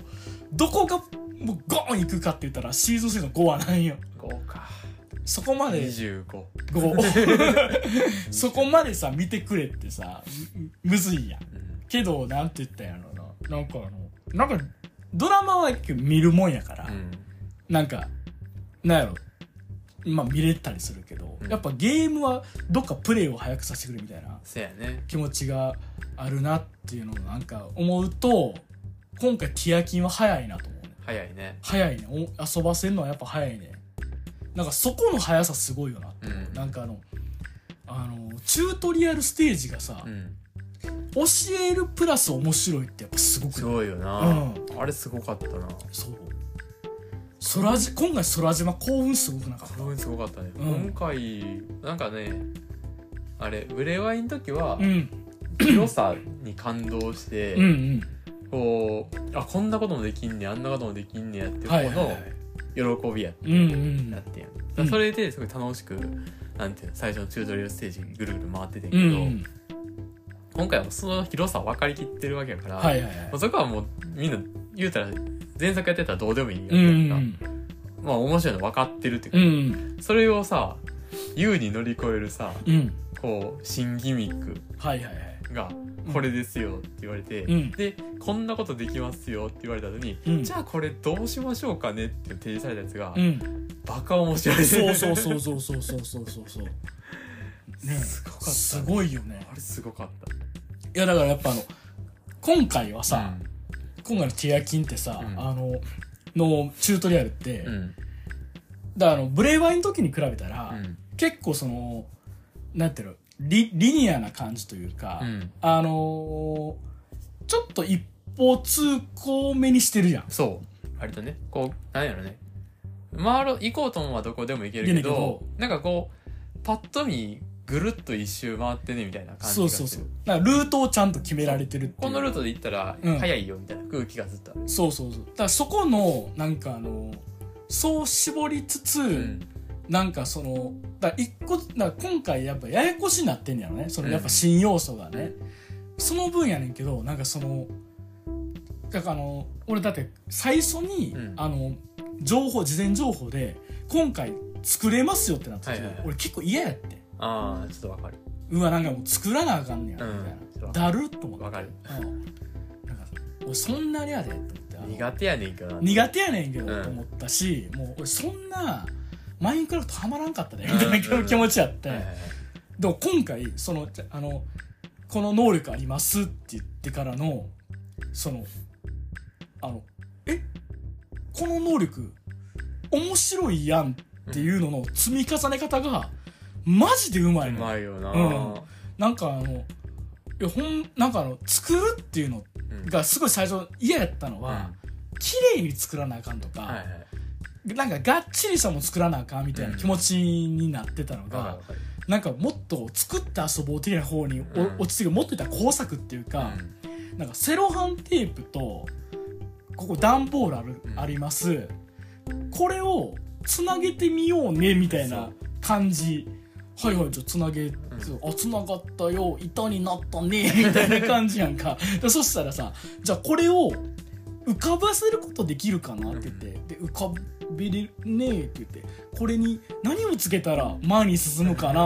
[SPEAKER 1] どこがもうゴーン行くかって言ったらシーズン3の5はなんよ
[SPEAKER 2] 5か
[SPEAKER 1] そこまで
[SPEAKER 2] 25
[SPEAKER 1] 5 そこまでさ見てくれってさむむずいやん
[SPEAKER 2] うん
[SPEAKER 1] けどなんて言ったんやろななんかあのなんかドラマは見るもんやから、
[SPEAKER 2] うん
[SPEAKER 1] なんかなんやろまあ見れたりするけど、
[SPEAKER 2] うん
[SPEAKER 1] やっぱゲームはどっかプレイを早くさせてくれみたいな
[SPEAKER 2] せやね
[SPEAKER 1] 気持ちがあるなっていうのをなんか思うと今回ティアキンは早いなと思うね
[SPEAKER 2] 早いね
[SPEAKER 1] 早いねお遊ばせるのはやっぱ早いねなんかそこの速さすごいよなって思う、
[SPEAKER 2] うん
[SPEAKER 1] なんかあのあのチュートリアルステージがさ、
[SPEAKER 2] うん
[SPEAKER 1] 教えるプラス面白いってやっぱすごく
[SPEAKER 2] す
[SPEAKER 1] ない
[SPEAKER 2] ごいよな、
[SPEAKER 1] うん
[SPEAKER 2] あれすごかったな
[SPEAKER 1] そう空じ今回空島興奮すごくなかった
[SPEAKER 2] すごいすごかったね、
[SPEAKER 1] うん
[SPEAKER 2] 今回なんかねあれブレワイの時は
[SPEAKER 1] うん
[SPEAKER 2] 広さに感動して、
[SPEAKER 1] うんうん
[SPEAKER 2] こうあこんなこともできんねんあんなこともできんねやって
[SPEAKER 1] はい
[SPEAKER 2] い
[SPEAKER 1] は
[SPEAKER 2] う
[SPEAKER 1] いはい
[SPEAKER 2] の喜びやっ
[SPEAKER 1] うんうん
[SPEAKER 2] なってん、
[SPEAKER 1] うん
[SPEAKER 2] それですごい楽しくなんていうの最初のチュートリアルステージぐるぐる回っててん
[SPEAKER 1] う
[SPEAKER 2] けど、
[SPEAKER 1] ん
[SPEAKER 2] 今回はその広さ分かりきってるわけやから、
[SPEAKER 1] はいはいは
[SPEAKER 2] まあ
[SPEAKER 1] い
[SPEAKER 2] そこはもうみんな言うたら前作やってたらどうでもいいわ
[SPEAKER 1] う
[SPEAKER 2] けやんか、
[SPEAKER 1] ん
[SPEAKER 2] まあ面白いの分かってるっていう
[SPEAKER 1] う
[SPEAKER 2] か、
[SPEAKER 1] ん
[SPEAKER 2] それをさ優に乗り越えるさ
[SPEAKER 1] うん
[SPEAKER 2] こう新ギミック
[SPEAKER 1] はいはいはい
[SPEAKER 2] がこれですよって言われて、
[SPEAKER 1] うん
[SPEAKER 2] でこんなことできますよって言われたのに、
[SPEAKER 1] うん
[SPEAKER 2] じゃあこれどうしましょうかねって提示されたやつが、
[SPEAKER 1] うん
[SPEAKER 2] バカ面白い
[SPEAKER 1] そうそう
[SPEAKER 2] う
[SPEAKER 1] そうそうそうそうそうそうそうね
[SPEAKER 2] すごかったね
[SPEAKER 1] すごいよね
[SPEAKER 2] あれすごかった
[SPEAKER 1] いやだからやっぱあの今回はさ、
[SPEAKER 2] うん
[SPEAKER 1] 今回のティアキンってさ、
[SPEAKER 2] うん
[SPEAKER 1] あののチュートリアルって、
[SPEAKER 2] うん
[SPEAKER 1] だからあのブレイワイの時に比べたら、結構そのなんていうのリリニアな感じというか、
[SPEAKER 2] うん
[SPEAKER 1] あのーちょっと一方通行目にしてるやん。
[SPEAKER 2] そう割とねこうなんやろね回ろう行こうと思えばどこでも行けるけど
[SPEAKER 1] 行
[SPEAKER 2] なんかこうパッと見ぐるっと一周回ってねみたいな感じ
[SPEAKER 1] そ
[SPEAKER 2] が
[SPEAKER 1] う
[SPEAKER 2] す
[SPEAKER 1] そう
[SPEAKER 2] る
[SPEAKER 1] そうだからルートをちゃんと決められてるっていう
[SPEAKER 2] このルートで行ったら
[SPEAKER 1] うん
[SPEAKER 2] 早いよみたいな空気がずっとある、
[SPEAKER 1] そうそうそうだからそこのなんかあのそう絞りつつ、なんかそのだから一個だから今回やっぱややこしになってんやろねその
[SPEAKER 2] うん
[SPEAKER 1] やっぱ新要素がね、その分やねんけどなんかそのだからあの俺だって最初に、
[SPEAKER 2] うん
[SPEAKER 1] あの情報事前情報で今回作れますよってなった時、
[SPEAKER 2] はいはいはい
[SPEAKER 1] 俺結構嫌やって
[SPEAKER 2] ああちょっとわかる
[SPEAKER 1] うわなんかもう作らなあかんねやみたい
[SPEAKER 2] うん
[SPEAKER 1] な、
[SPEAKER 2] ちょっと
[SPEAKER 1] だるっと思って
[SPEAKER 2] わかる
[SPEAKER 1] うんなんか俺そんなにやでと思ってあの
[SPEAKER 2] 苦手やねんけどな
[SPEAKER 1] 苦手やねんけど
[SPEAKER 2] うん
[SPEAKER 1] と思ったし、もう俺そんなマインクラフトハマらんかったね
[SPEAKER 2] うん
[SPEAKER 1] みたいな気持ちやって、
[SPEAKER 2] はいはいはい
[SPEAKER 1] でも今回そのじゃあのこの能力ありますって言ってからのそのあのえこの能力面白いやんっていうのの積み重ね方がマジでうまいうの、
[SPEAKER 2] まいよな、
[SPEAKER 1] うんなんかあのいやほんなんかあの作るっていうの
[SPEAKER 2] うん
[SPEAKER 1] がすごい最初嫌やったの
[SPEAKER 2] うん
[SPEAKER 1] は、綺麗に作らなあかんとか、
[SPEAKER 2] はいはい
[SPEAKER 1] なんかがっちりしたもん作らなあかんみたいな気持ちになってたの
[SPEAKER 2] わかる
[SPEAKER 1] が
[SPEAKER 2] わ、かる
[SPEAKER 1] なんかもっと作って遊ぼう的な方にお
[SPEAKER 2] うん
[SPEAKER 1] 落ち着くもっと言ったら工作っていうか、なんかセロハンテープとここ段ボールある、
[SPEAKER 2] うん
[SPEAKER 1] ありますこれをつなげてみようねみたい
[SPEAKER 2] そ
[SPEAKER 1] な
[SPEAKER 2] う
[SPEAKER 1] 感じはいはいじゃあつなげ、あつながったよ板になったねみたいな感じやんか でそしたらさじゃあこれを浮かばせることできるかなって言って、で浮かべれねえって言ってこれに何をつけたら前に進むかな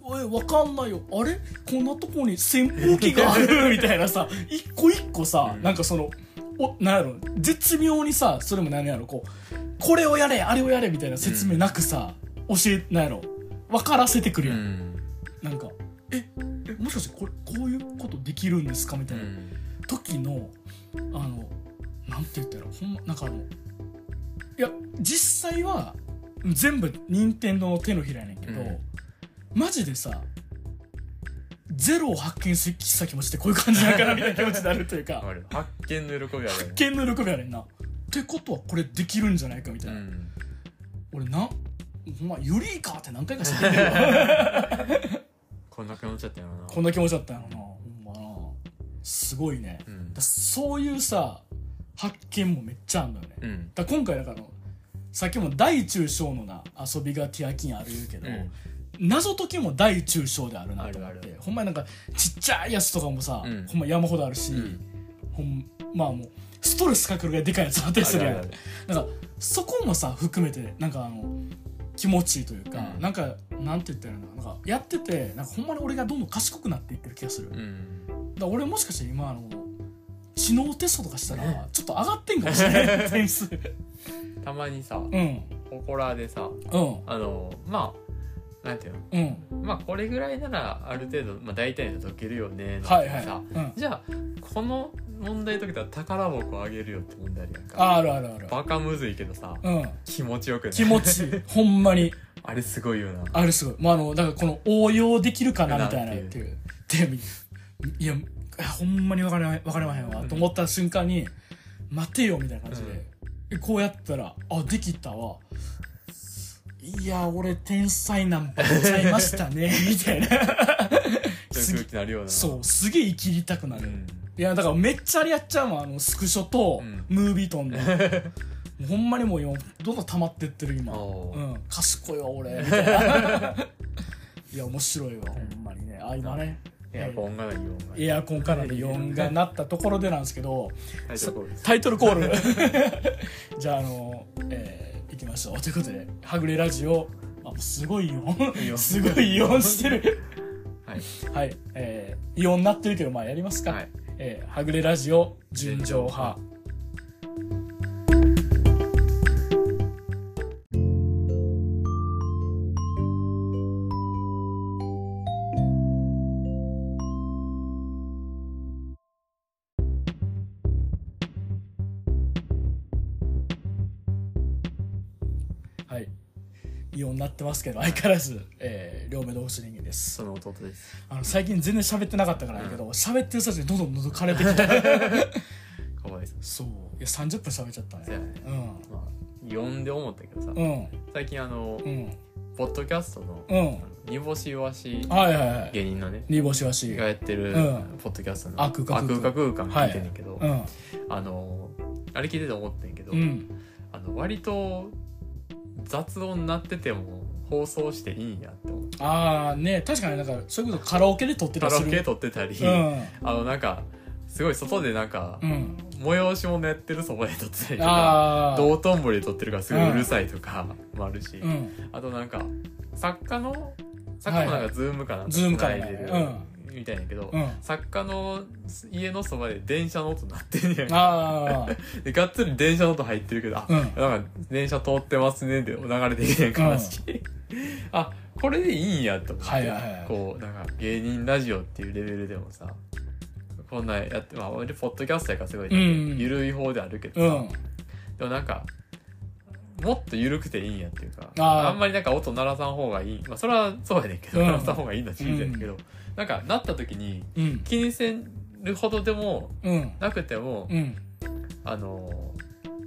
[SPEAKER 1] おいわかんないよあれこんなとこに扇風機があるみたいなさ一個一個さ、
[SPEAKER 2] うん
[SPEAKER 1] なんかそのおなんやろ絶妙にさそれも何やろこうこれをやれあれをやれみたいな説明なくさ、教えなんやろ分からせてくる
[SPEAKER 2] う
[SPEAKER 1] やん、
[SPEAKER 2] ん
[SPEAKER 1] なんかえもしかしてこれこういうことできるんですかみた
[SPEAKER 2] う
[SPEAKER 1] いなん時の、あのなんて言ったらほんまなんかあのいや実際は全部任天堂の手のひらやねんけど、
[SPEAKER 2] うん
[SPEAKER 1] マジでさゼロを発見する喫茶気持ちってこういう感じなんかなみたいな気持ちになるという か
[SPEAKER 2] ある発見の喜びあるよね
[SPEAKER 1] 発見の喜びやねんな。ってことはこれできるんじゃないかみたいな。
[SPEAKER 2] うん
[SPEAKER 1] 俺なほんまユリイカって何回か知 ってんけど
[SPEAKER 2] こんな気持ちだったよな
[SPEAKER 1] こんな気持ちだったんやろなほんまなすごいね
[SPEAKER 2] うん
[SPEAKER 1] だそういうさ発見もめっちゃあんのよね
[SPEAKER 2] うん
[SPEAKER 1] だ今回だからさっきも大中小のな遊びがティアキンある言うけど、
[SPEAKER 2] うん
[SPEAKER 1] 謎解きも大中小であるなと思っ
[SPEAKER 2] ある
[SPEAKER 1] て
[SPEAKER 2] ある
[SPEAKER 1] ほんまになんかちっちゃいやつとかもさ、
[SPEAKER 2] うん
[SPEAKER 1] ほんま山ほどあるし、
[SPEAKER 2] うん
[SPEAKER 1] ほんまあもうストレスかかるぐらいでかいやつあったりするやん
[SPEAKER 2] ある
[SPEAKER 1] なんかそこもさ含めてなんかあの気持ちいいというか、
[SPEAKER 2] うん
[SPEAKER 1] なんかなんて言ったらいいのかななんかやっててなんかほんまに俺がどんどん賢くなっていってる気がする、
[SPEAKER 2] あ
[SPEAKER 1] だか
[SPEAKER 2] るうん
[SPEAKER 1] ら俺もしかして今あの知能テストとかしたらちょっと上がってんかもしれない 点数
[SPEAKER 2] たまにさ
[SPEAKER 1] うん
[SPEAKER 2] ホコラでさ
[SPEAKER 1] うん
[SPEAKER 2] あのまあなんていうの
[SPEAKER 1] うん
[SPEAKER 2] まあこれぐらいならある程度、まあ、大体の解けるよねの
[SPEAKER 1] はいはい
[SPEAKER 2] さ
[SPEAKER 1] うん
[SPEAKER 2] じゃあこの問題解けたら宝箱あげるよって問題あるやんか
[SPEAKER 1] あるあるある
[SPEAKER 2] バカむずいけどさ
[SPEAKER 1] うん
[SPEAKER 2] 気持ちよくない
[SPEAKER 1] 気持ちいいほんまに
[SPEAKER 2] あれすごいよな
[SPEAKER 1] あれすごいもうあのだからこの応用できるかなみたいなっていうでいやほんまに分かれま分かれまへんわと思った瞬間に「待てよ」みたいな感じで、こうやったら「あできたわ」いや俺天才ナンパしちゃいましたねみたいな
[SPEAKER 2] そ
[SPEAKER 1] す
[SPEAKER 2] ういう
[SPEAKER 1] げ
[SPEAKER 2] 空気になるような
[SPEAKER 1] そうすげえ生きりたくな
[SPEAKER 2] う
[SPEAKER 1] る、
[SPEAKER 2] ん
[SPEAKER 1] いやだからめっちゃあれやっちゃうもんあのスクショと
[SPEAKER 2] うん
[SPEAKER 1] ムービートンの、ほんまにもう今どんどん溜まってってる今、
[SPEAKER 2] お
[SPEAKER 1] う
[SPEAKER 2] ー
[SPEAKER 1] ん、賢いわ俺みたいないや面白いわほんまにねあ今ね
[SPEAKER 2] エアコンがないよ
[SPEAKER 1] エアコンからの4がなったところでなんですけど
[SPEAKER 2] タイトルコールで
[SPEAKER 1] タ
[SPEAKER 2] す
[SPEAKER 1] イトルコール じゃああのえー、いきましょうということで「はぐれラジオ」あもうすごい
[SPEAKER 2] いい
[SPEAKER 1] よ
[SPEAKER 2] よ
[SPEAKER 1] すごいよしてる
[SPEAKER 2] はい
[SPEAKER 1] はいえー、イオンなってるけどまあやりますか、
[SPEAKER 2] はい
[SPEAKER 1] えーはぐれラジオ純情派はいイオンになってますけど相変わらず、えー、両目同士人間です
[SPEAKER 2] その弟です
[SPEAKER 1] あの最近全然喋ってなかったからやけど喋、ってる最中にどんどん喉枯れてきた
[SPEAKER 2] かわいそう
[SPEAKER 1] そういや30分喋っちゃった
[SPEAKER 2] そうや
[SPEAKER 1] ね
[SPEAKER 2] ね
[SPEAKER 1] うん
[SPEAKER 2] まあ呼んで思ったけどさ
[SPEAKER 1] うん
[SPEAKER 2] 最近あの
[SPEAKER 1] うん
[SPEAKER 2] ポッドキャストの
[SPEAKER 1] うん
[SPEAKER 2] 煮干しわし
[SPEAKER 1] はいはいはい
[SPEAKER 2] 芸人のね
[SPEAKER 1] 煮干しわし
[SPEAKER 2] がやってる
[SPEAKER 1] うん
[SPEAKER 2] ポッドキャストの
[SPEAKER 1] あ空間空間
[SPEAKER 2] あ空間聞いてんねんけど
[SPEAKER 1] うん
[SPEAKER 2] あのあれ聞いてて思ってんけど
[SPEAKER 1] うん
[SPEAKER 2] あの割と雑音なってても放送していいんやって思って
[SPEAKER 1] ああね確かになんかそういうことカラオケで撮って
[SPEAKER 2] カ
[SPEAKER 1] たり
[SPEAKER 2] ラ
[SPEAKER 1] す
[SPEAKER 2] オ
[SPEAKER 1] る
[SPEAKER 2] ケ撮ってたりあのなんかすごい外でなんか
[SPEAKER 1] うんうん
[SPEAKER 2] 催し物やってるそばで撮ってたりとか
[SPEAKER 1] ああ
[SPEAKER 2] 道頓堀で撮ってるからすごいうるさいとかもあるし
[SPEAKER 1] うん
[SPEAKER 2] あとなんか作家の作家もなんかズームかなんか
[SPEAKER 1] ズームか
[SPEAKER 2] 繋
[SPEAKER 1] ない
[SPEAKER 2] でる
[SPEAKER 1] うん
[SPEAKER 2] みたいやけど、
[SPEAKER 1] うん
[SPEAKER 2] 作家の家のそばで電車の音鳴ってんねや
[SPEAKER 1] ああ
[SPEAKER 2] でがっつり電車の音入ってるけどあ、
[SPEAKER 1] うん
[SPEAKER 2] なんか電車通ってますねで流れてきてんからし、 あこれでいいんやと思って、
[SPEAKER 1] はいはいはい
[SPEAKER 2] こうなんか芸人ラジオっていうレベルでもさこんなんやってまあ俺ポッドキャストやからすごい、
[SPEAKER 1] うん
[SPEAKER 2] 緩い方であるけど
[SPEAKER 1] う
[SPEAKER 2] さ、
[SPEAKER 1] ん
[SPEAKER 2] でもなんかもっと緩くていいんやっていうか
[SPEAKER 1] あー
[SPEAKER 2] あんまりなんか音鳴らさん方がいいまあそれはそうやねんけど、
[SPEAKER 1] うん
[SPEAKER 2] 鳴らさん方がいいんだしいいんだけど、なんかなった時に
[SPEAKER 1] うん
[SPEAKER 2] 気にせるほどでも
[SPEAKER 1] うん
[SPEAKER 2] なくても、
[SPEAKER 1] うん
[SPEAKER 2] あの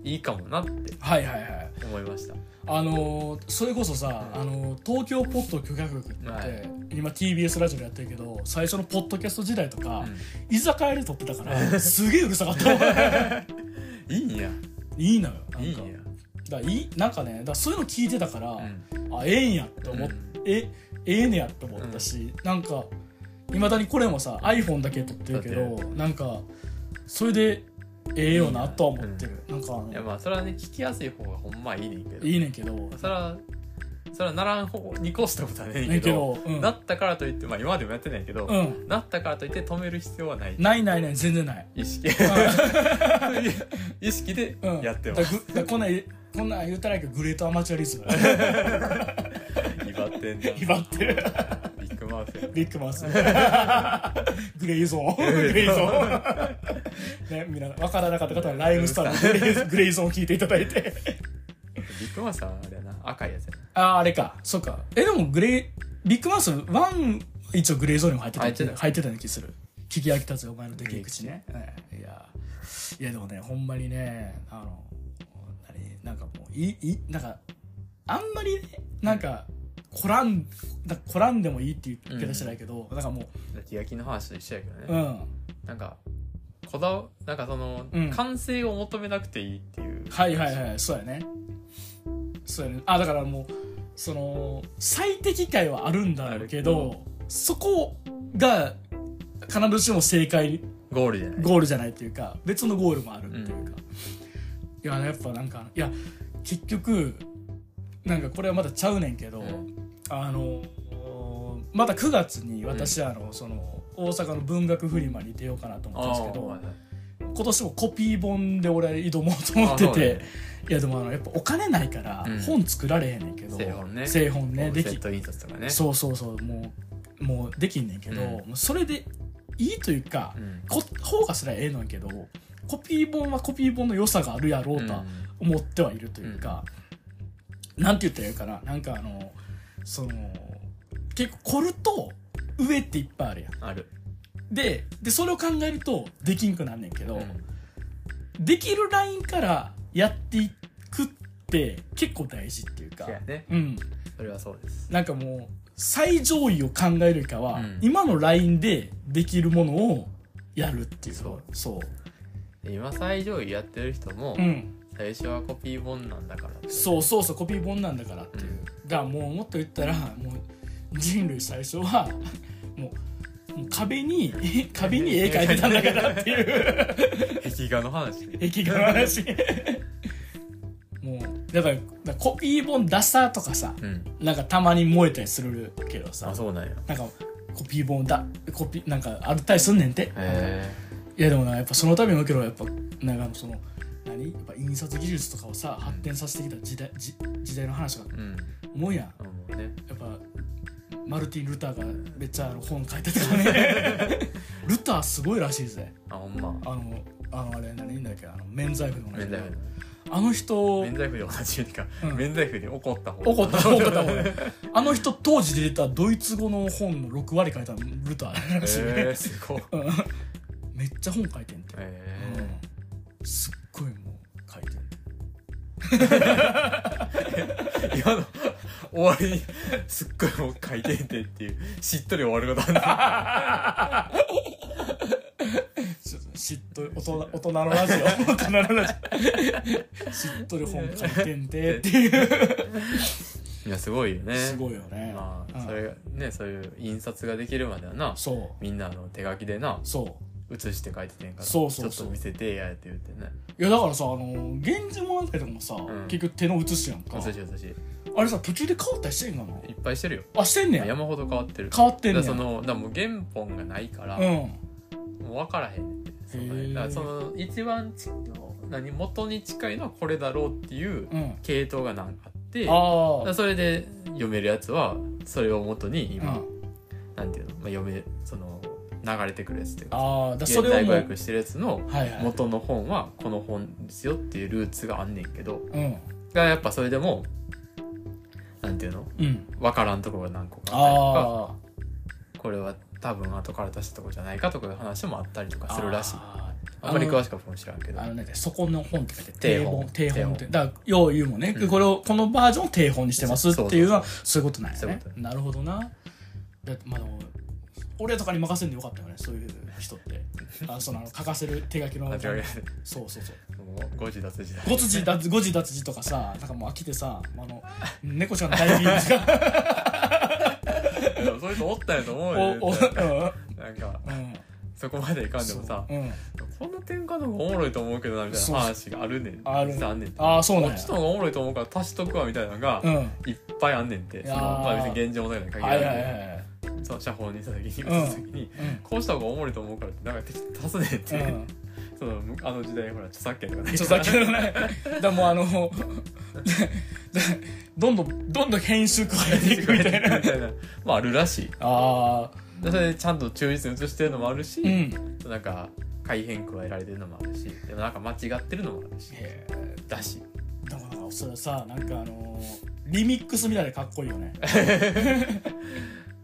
[SPEAKER 2] いいかもなって
[SPEAKER 1] はいはいはい
[SPEAKER 2] 思いました
[SPEAKER 1] あのーそれこそさ、
[SPEAKER 2] うん
[SPEAKER 1] あのー東京ポッド許可局って、
[SPEAKER 2] はい
[SPEAKER 1] 今 TBS ラジオでやってるけど最初のポッドキャスト時代とか、
[SPEAKER 2] う
[SPEAKER 1] 居酒屋で撮ってたからすげえうるさかった わ
[SPEAKER 2] んいいんや
[SPEAKER 1] いいのよなんか
[SPEAKER 2] いいんや
[SPEAKER 1] だからいいなんかねだからそういうの聞いてたから、
[SPEAKER 2] うん
[SPEAKER 1] あええんやって思って、えええねやって思ったし、なんかいまだにこれもさ iPhone だけ撮ってるけ
[SPEAKER 2] 撮
[SPEAKER 1] どなんかそれでええよなとは思ってる、なんかあの
[SPEAKER 2] いやまあそれはね聞きやすい方がほんまいいねんけど
[SPEAKER 1] いいねんけど
[SPEAKER 2] それはそれはならん方に越したことはねえ
[SPEAKER 1] ねん
[SPEAKER 2] け
[SPEAKER 1] け
[SPEAKER 2] ど
[SPEAKER 1] ど、うん
[SPEAKER 2] なったからといってまあ今までもやってないけど、
[SPEAKER 1] うん、
[SPEAKER 2] なったからといって止める必要はない
[SPEAKER 1] ないないない全然ない
[SPEAKER 2] 意識意識で
[SPEAKER 1] うん
[SPEAKER 2] やってま
[SPEAKER 1] だ
[SPEAKER 2] す、
[SPEAKER 1] ぐだこんなんこんなん言うたらやけどグレートアマチュアリズム
[SPEAKER 2] 威張ってんな
[SPEAKER 1] 威張ってる
[SPEAKER 2] ビッグママウス
[SPEAKER 1] ビッグマウスグレイゾーングレイゾーンね皆分からなかった方はライムスターのグレイグレイゾーンを聞いていただいて
[SPEAKER 2] ビッグマウスはあれやな赤いやつや
[SPEAKER 1] あああれかそっかえでもグレイビッグマウス1一応グレイゾーンにも入ってた
[SPEAKER 2] 入ってた
[SPEAKER 1] 入ってたような気する聞き飽きたぜお前の出来口ね、ええいやいやでもねほんまにねあの何なんかもういいなんかあんまりねなんかこらんなんかこらんでもいいっていう言い方してないけど、なんかも
[SPEAKER 2] だって焼きの話と一緒やけどね
[SPEAKER 1] う、うん
[SPEAKER 2] なんかこだわなんかその、
[SPEAKER 1] うん
[SPEAKER 2] 完成を求めなくていいっていう
[SPEAKER 1] はいはいはいそうやねそうやねあだからもうその最適解はあるんだろうけど、そこが必ずしも正解
[SPEAKER 2] ゴールじゃない
[SPEAKER 1] ゴールじゃないというか別のゴールもあるっていうか、いややっぱなんかいや結局なんかこれはまだちゃうねんけど、
[SPEAKER 2] うん
[SPEAKER 1] あのまた9月に私、あのその大阪の文学フリマに出ようかなと思っ
[SPEAKER 2] あ
[SPEAKER 1] たん
[SPEAKER 2] あ
[SPEAKER 1] ですけど、今年もコピー本で俺挑もうと思
[SPEAKER 2] あ
[SPEAKER 1] っ
[SPEAKER 2] そ
[SPEAKER 1] て
[SPEAKER 2] う
[SPEAKER 1] て、
[SPEAKER 2] ね
[SPEAKER 1] いやでもあのやっぱお金ないから
[SPEAKER 2] うん
[SPEAKER 1] 本作られへんねんけど、
[SPEAKER 2] 製本ね
[SPEAKER 1] 製本ねで
[SPEAKER 2] セ
[SPEAKER 1] き
[SPEAKER 2] ット印刷とかね
[SPEAKER 1] そうそうそうもうもうできんねんけど、
[SPEAKER 2] うん
[SPEAKER 1] もうそれでいいというか、
[SPEAKER 2] ん
[SPEAKER 1] こ方がすらええのやけどコピー本はコピー本の良さがあるやろうとは思ってはいるというか、なんて言ったらいいかななんかあのその結構凝ると上っていっぱいあるやん
[SPEAKER 2] うんある、
[SPEAKER 1] ででそれを考えるとできんくなんねんけど、
[SPEAKER 2] うん
[SPEAKER 1] できるラインからやっていくって結構大事っていうか
[SPEAKER 2] そうやね
[SPEAKER 1] うん
[SPEAKER 2] それはそうです
[SPEAKER 1] なんかもう最上位を考えるよりかは、
[SPEAKER 2] うん
[SPEAKER 1] 今のラインでできるものをやるっていう
[SPEAKER 2] そう
[SPEAKER 1] そ
[SPEAKER 2] で今最上位やってる人も、
[SPEAKER 1] ううん
[SPEAKER 2] 最初はコピー本なんだからって
[SPEAKER 1] そうそうそうコピー本なんだからっていう、だからもうもっと言ったらもう人類最初は もうもう壁に 壁に絵描いてたんだからって いう
[SPEAKER 2] 壁画の話ね
[SPEAKER 1] 壁画の 話もうだからだからコピー本ダサとかさ、
[SPEAKER 2] うん
[SPEAKER 1] なんかたまに燃えたりするけどさ
[SPEAKER 2] あそうなんや
[SPEAKER 1] なんかコピー本だコピーなんかあったりすんねんて
[SPEAKER 2] へ
[SPEAKER 1] いやでもなやっぱそのためにおけどやっぱなんかあのその何やっぱ印刷技術とかをさ発展させてきた時代じ時代の話が
[SPEAKER 2] えうん
[SPEAKER 1] 思うやんや
[SPEAKER 2] あもうね
[SPEAKER 1] っぱマルティン・ルターがめっちゃあの本書いてたから ねルターすごいらしいぜ
[SPEAKER 2] あほんま
[SPEAKER 1] あのあのあれ何だっけあの免罪符の
[SPEAKER 2] 免罪符
[SPEAKER 1] あの人
[SPEAKER 2] 免罪符で同じか、
[SPEAKER 1] うん
[SPEAKER 2] 免罪符で怒った方
[SPEAKER 1] 怒った怒ったもんねあの人当時出てたドイツ語の本の6割書いたのルターらしいね
[SPEAKER 2] えー、すごい
[SPEAKER 1] うんめっちゃ本書いてんて、
[SPEAKER 2] え
[SPEAKER 1] うんすっごいもう書いてんて
[SPEAKER 2] ー、今の終わりにすっごいもう回転点っていうしっとり終わることあ
[SPEAKER 1] ちょっとしっとり大人大人のラジオ大人のラジ オしっとり本書いてんてっていう
[SPEAKER 2] るいやすごいよね
[SPEAKER 1] すごいよね、
[SPEAKER 2] ま
[SPEAKER 1] う
[SPEAKER 2] あ
[SPEAKER 1] ん
[SPEAKER 2] それがねそういう印刷ができるまではな
[SPEAKER 1] そう
[SPEAKER 2] みんなあの手書きでな
[SPEAKER 1] そう
[SPEAKER 2] 写して書いててんから
[SPEAKER 1] そうそうそう
[SPEAKER 2] ちょっと見せてやって言ってね
[SPEAKER 1] いやだからさあの「源氏物語」とかもさ、
[SPEAKER 2] ん
[SPEAKER 1] 結局手の写しやんか
[SPEAKER 2] 写し写しい
[SPEAKER 1] あれさ途中で変わったりしてんかな
[SPEAKER 2] っぱいしてるよ
[SPEAKER 1] あしてんねや
[SPEAKER 2] 山ほど変わってる
[SPEAKER 1] 変わってんね
[SPEAKER 2] だ
[SPEAKER 1] や
[SPEAKER 2] からそのだからもう原本がないから、
[SPEAKER 1] う
[SPEAKER 2] も
[SPEAKER 1] ん
[SPEAKER 2] う分からへんねんてその
[SPEAKER 1] へー
[SPEAKER 2] ねだからその一番ち何元に近いのはこれだろうっていう
[SPEAKER 1] うん
[SPEAKER 2] 系統がなんかあって、だ
[SPEAKER 1] あ
[SPEAKER 2] からそれで読めるやつはそれを元に
[SPEAKER 1] あ、う
[SPEAKER 2] 今、
[SPEAKER 1] ん、
[SPEAKER 2] なんていうの、まあ、読めその流れてくるやつっていうか
[SPEAKER 1] ああだからそ
[SPEAKER 2] 現
[SPEAKER 1] れを
[SPEAKER 2] 代
[SPEAKER 1] も
[SPEAKER 2] 語
[SPEAKER 1] う
[SPEAKER 2] 訳してるやつの
[SPEAKER 1] はいはい、
[SPEAKER 2] 元の本はこの本ですよっていうルーツがあんねんけど
[SPEAKER 1] うん
[SPEAKER 2] がやっぱそれでもなんていうの
[SPEAKER 1] うん
[SPEAKER 2] 分からんところが何個かあったりとか
[SPEAKER 1] ああ
[SPEAKER 2] これは多分後から出したとこじゃないかとかいう話もあったりとかするらしい
[SPEAKER 1] あー
[SPEAKER 2] あんまり詳しくは僕も知らんけど
[SPEAKER 1] あのなんかそこの本って書いて
[SPEAKER 2] 定本
[SPEAKER 1] 定本って
[SPEAKER 2] 定
[SPEAKER 1] だからよう言うもんね、
[SPEAKER 2] うん
[SPEAKER 1] これをこのバージョンを定本にしてますっていうのは
[SPEAKER 2] そ
[SPEAKER 1] そういうことなんや
[SPEAKER 2] そういう
[SPEAKER 1] ね
[SPEAKER 2] こと
[SPEAKER 1] なるほどなだってまあでも俺とかに任せんでよかったよねそういう人ってあそのあの書かせる手書きの
[SPEAKER 2] 間違え
[SPEAKER 1] そうそうそう
[SPEAKER 2] もう誤字脱字だ
[SPEAKER 1] 五字脱五字脱字とかさなんかもう飽きてさあの猫ちゃんの大便とか
[SPEAKER 2] でもそういう人おったんやと思うよ
[SPEAKER 1] おおう
[SPEAKER 2] 絶
[SPEAKER 1] ん
[SPEAKER 2] 対なんか
[SPEAKER 1] うん
[SPEAKER 2] そこまでいかんでもさ
[SPEAKER 1] そううん
[SPEAKER 2] こんな転換の方がおもろいと思うけどなみたいな話があるねん
[SPEAKER 1] ある
[SPEAKER 2] 実はあんねん
[SPEAKER 1] ああそう
[SPEAKER 2] こ
[SPEAKER 1] なん
[SPEAKER 2] っ
[SPEAKER 1] や
[SPEAKER 2] ちの方がおもろいと思うから足しとくわみたいなのが
[SPEAKER 1] うんはい
[SPEAKER 2] いっぱいあんねんて
[SPEAKER 1] い
[SPEAKER 2] そ
[SPEAKER 1] やー
[SPEAKER 2] のまあ別に現状の中に限
[SPEAKER 1] は
[SPEAKER 2] ら
[SPEAKER 1] いは
[SPEAKER 2] ない
[SPEAKER 1] い
[SPEAKER 2] その写本にした時に打つ時に
[SPEAKER 1] うん
[SPEAKER 2] こうした方がおもろいと思うからってなんか適当足すねんって
[SPEAKER 1] うん
[SPEAKER 2] そうむあの時代ほら著作権とかない
[SPEAKER 1] 著
[SPEAKER 2] から
[SPEAKER 1] 作 権のねだからもうあのどんどんどんどん編集加えていくみたいな
[SPEAKER 2] みたいなまああるらしい
[SPEAKER 1] ああ
[SPEAKER 2] それでちゃんと忠実に写してるのもあるし、
[SPEAKER 1] うん
[SPEAKER 2] なんか改変加えられてるのもあるしでもなんか間違ってるのもあるし
[SPEAKER 1] へ
[SPEAKER 2] だし
[SPEAKER 1] ーでもなんかそうさなんかあのリミックスみたいでかっこいいよね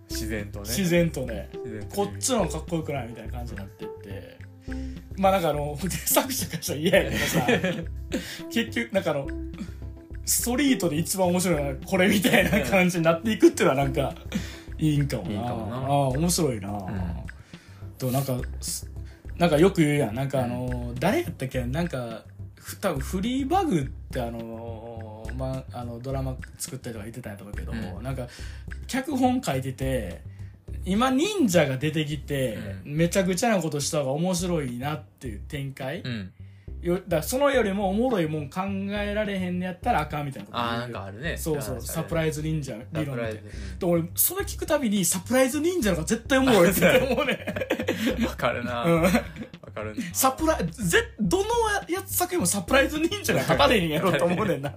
[SPEAKER 2] 自然とね
[SPEAKER 1] 自然とね
[SPEAKER 2] 自然と
[SPEAKER 1] こっちの方がかっこよくないみたいな感じになってってまあなんかあの作者からしたら嫌やけどさ 結局なんかあのストリートで一番面白いのはこれみたいな感じになっていくっていうのはなんかいいんかもない
[SPEAKER 2] いかもな
[SPEAKER 1] ああ面白いな、
[SPEAKER 2] ん
[SPEAKER 1] となんかすなんかよく言うやんなんかあの、誰やったっけなんかふ多分フリーバグってあの,、まあ、あのドラマ作ったりとか言ってたんやと思うけど、
[SPEAKER 2] うん
[SPEAKER 1] なんか脚本書いてて今忍者が出てきて、
[SPEAKER 2] う
[SPEAKER 1] めちゃくちゃなことした方が面白いなっていう展開、
[SPEAKER 2] うん
[SPEAKER 1] よだからそのよりもおもろいもん考えられへんのやったらあかんみたいなこと言う
[SPEAKER 2] あーなんかあるね
[SPEAKER 1] そうそうサプラ
[SPEAKER 2] イ
[SPEAKER 1] イズ忍者理論
[SPEAKER 2] サプ
[SPEAKER 1] みた
[SPEAKER 2] ラ
[SPEAKER 1] い
[SPEAKER 2] イ
[SPEAKER 1] な
[SPEAKER 2] ズ
[SPEAKER 1] で俺それ聞くたびにサプライズ忍者の方が絶対おもろいって思う ね
[SPEAKER 2] うんわかるな
[SPEAKER 1] うん
[SPEAKER 2] わかるな
[SPEAKER 1] サプライぜどのやつ作品もサプライズ忍者が書かれへんやろと思うねん な
[SPEAKER 2] わ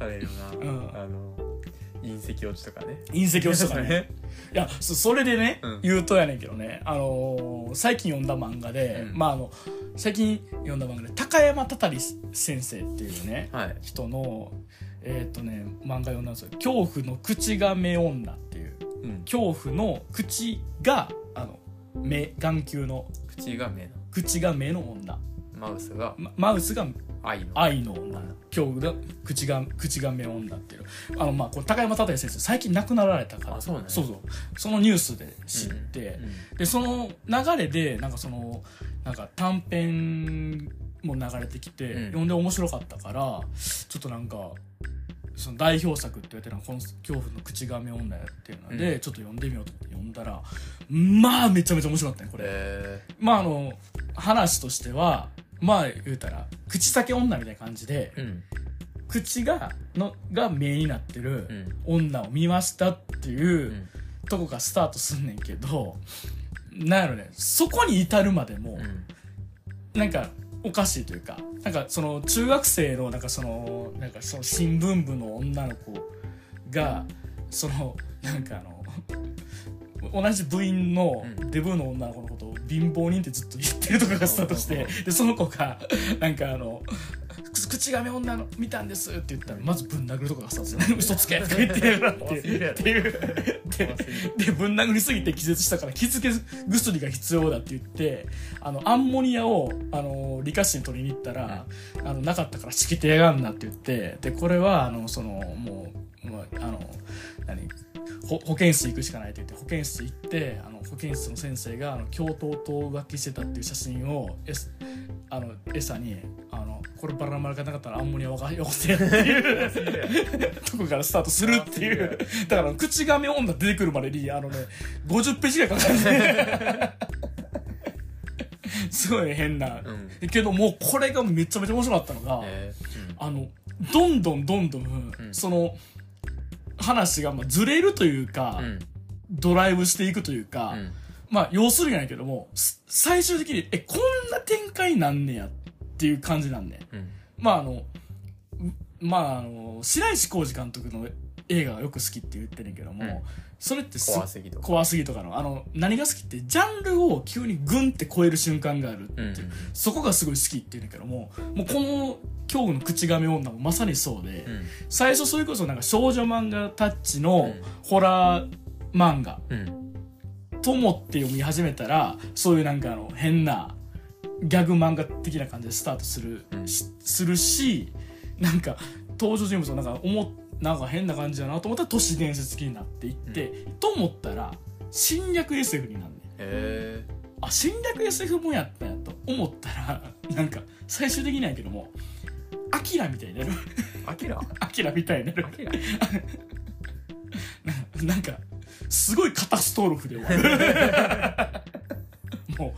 [SPEAKER 2] かるよな、
[SPEAKER 1] うん
[SPEAKER 2] あの隕石落ちとかね
[SPEAKER 1] 隕石落ちとかねいやそそれでね、
[SPEAKER 2] うん
[SPEAKER 1] 言うとやねんけどね、あのー最近読んだ漫画で、
[SPEAKER 2] うん
[SPEAKER 1] まああの最近読んだ漫画で高山たたり先生っていうね
[SPEAKER 2] はい
[SPEAKER 1] 人のえーっとね漫画読んだんですよ「恐怖の口が目女」っていう
[SPEAKER 2] うん
[SPEAKER 1] 恐怖の口があの目眼球の
[SPEAKER 2] 口が目の
[SPEAKER 1] 口が目の女
[SPEAKER 2] マウスが
[SPEAKER 1] まマウスが
[SPEAKER 2] 愛の
[SPEAKER 1] 愛の女今日が口が口が目女っていうあのまあこれ高山忠也先生最近亡くなられたから
[SPEAKER 2] あそうなんや
[SPEAKER 1] そうそうそのニュースで知って、
[SPEAKER 2] うん
[SPEAKER 1] でその流れでなんかそのなんか短編も流れてきて、
[SPEAKER 2] うん
[SPEAKER 1] 読んで面白かったからちょっとなんかその代表作って言われてるのがこの「恐怖の口が目女」っていうので、
[SPEAKER 2] うん
[SPEAKER 1] ちょっと読んでみようと思って読んだらまあめちゃめちゃ面白かったねこれ。
[SPEAKER 2] え
[SPEAKER 1] まああの話としてはまあ言うたら口先女みたいな感じで
[SPEAKER 2] ーうん
[SPEAKER 1] 口がのが目になって
[SPEAKER 2] う
[SPEAKER 1] る
[SPEAKER 2] ん
[SPEAKER 1] 女を見ましたっていううんとこからスタートすんねんけどなんやろねそこに至るまでも
[SPEAKER 2] うん
[SPEAKER 1] なんかおかしいというかなんかその中学生のなんかそのなんかその新聞部の女の子がそのなんかあの。同じ部員の
[SPEAKER 2] うん
[SPEAKER 1] デブの女の子のことを貧乏人ってずっと言ってるとかがスタートしてでその子がなんかあの「口口がめ女の見たんです」って言ったらまずぶん殴るとかがスタートする「嘘つけ」とか言ってるなっていうっていうででぶん殴りすぎて気絶したから気付け薬が必要だって言ってあのアンモニアをあの理科室に取りに行ったら、あのなかったからしけてやがんなって言ってでこれはあのそのもう、まあ、あの何ほ保健室行くしかないって言って保健室行ってあの保健室の先生があの教頭と浮気してたっていう写真をエスあの餌にあのこればらまかなかったらアンモニアをよこせっていう とこからスタートするっていうだから口がめ女出てくるまでにあのね50ページぐらいかかるね すごい変な、
[SPEAKER 2] うん
[SPEAKER 1] けどもうこれがめちゃめちゃ面白かったのが、
[SPEAKER 2] えー
[SPEAKER 1] あのどんどんどんどん、
[SPEAKER 2] うん
[SPEAKER 1] その話がまあずれるというか、
[SPEAKER 2] うんうん
[SPEAKER 1] ドライブしていくというか、
[SPEAKER 2] うん
[SPEAKER 1] まあ要するにやけどもす最終的にえこんな展開なんねやっていう感じなんね
[SPEAKER 2] うん
[SPEAKER 1] まああのうまああの白石浩二監督の映画がよく好きって言ってるけども、
[SPEAKER 2] うん
[SPEAKER 1] それってす
[SPEAKER 2] 怖すぎとか
[SPEAKER 1] 怖すぎとかのあの何が好きってジャンルを急にグンって超える瞬間があるって
[SPEAKER 2] う
[SPEAKER 1] い
[SPEAKER 2] ん
[SPEAKER 1] う、そこがすごい好きっていうんだけどももうこの「恐怖の口がめ女」もまさにそうで、
[SPEAKER 2] うん
[SPEAKER 1] 最初それこそなんか少女漫画タッチ
[SPEAKER 2] う
[SPEAKER 1] の
[SPEAKER 2] ん
[SPEAKER 1] ホラー漫画
[SPEAKER 2] うん
[SPEAKER 1] 「友」って読み始めたらそういうなんかあの変なギャグ漫画的な感じでスタートする,
[SPEAKER 2] うん
[SPEAKER 1] し、するしなんか登場人物もなんか思っなんか変な感じだなと思ったら都市伝説的になっていって、と思ったら侵略 SF になんねん
[SPEAKER 2] え
[SPEAKER 1] あ侵略 SF もやったんやと思ったらなんか最終的になんやけどもアキラみたいになる
[SPEAKER 2] ーアキラ
[SPEAKER 1] アキラみたいになる
[SPEAKER 2] アキラ
[SPEAKER 1] なんかすごいカタストロフで終わるも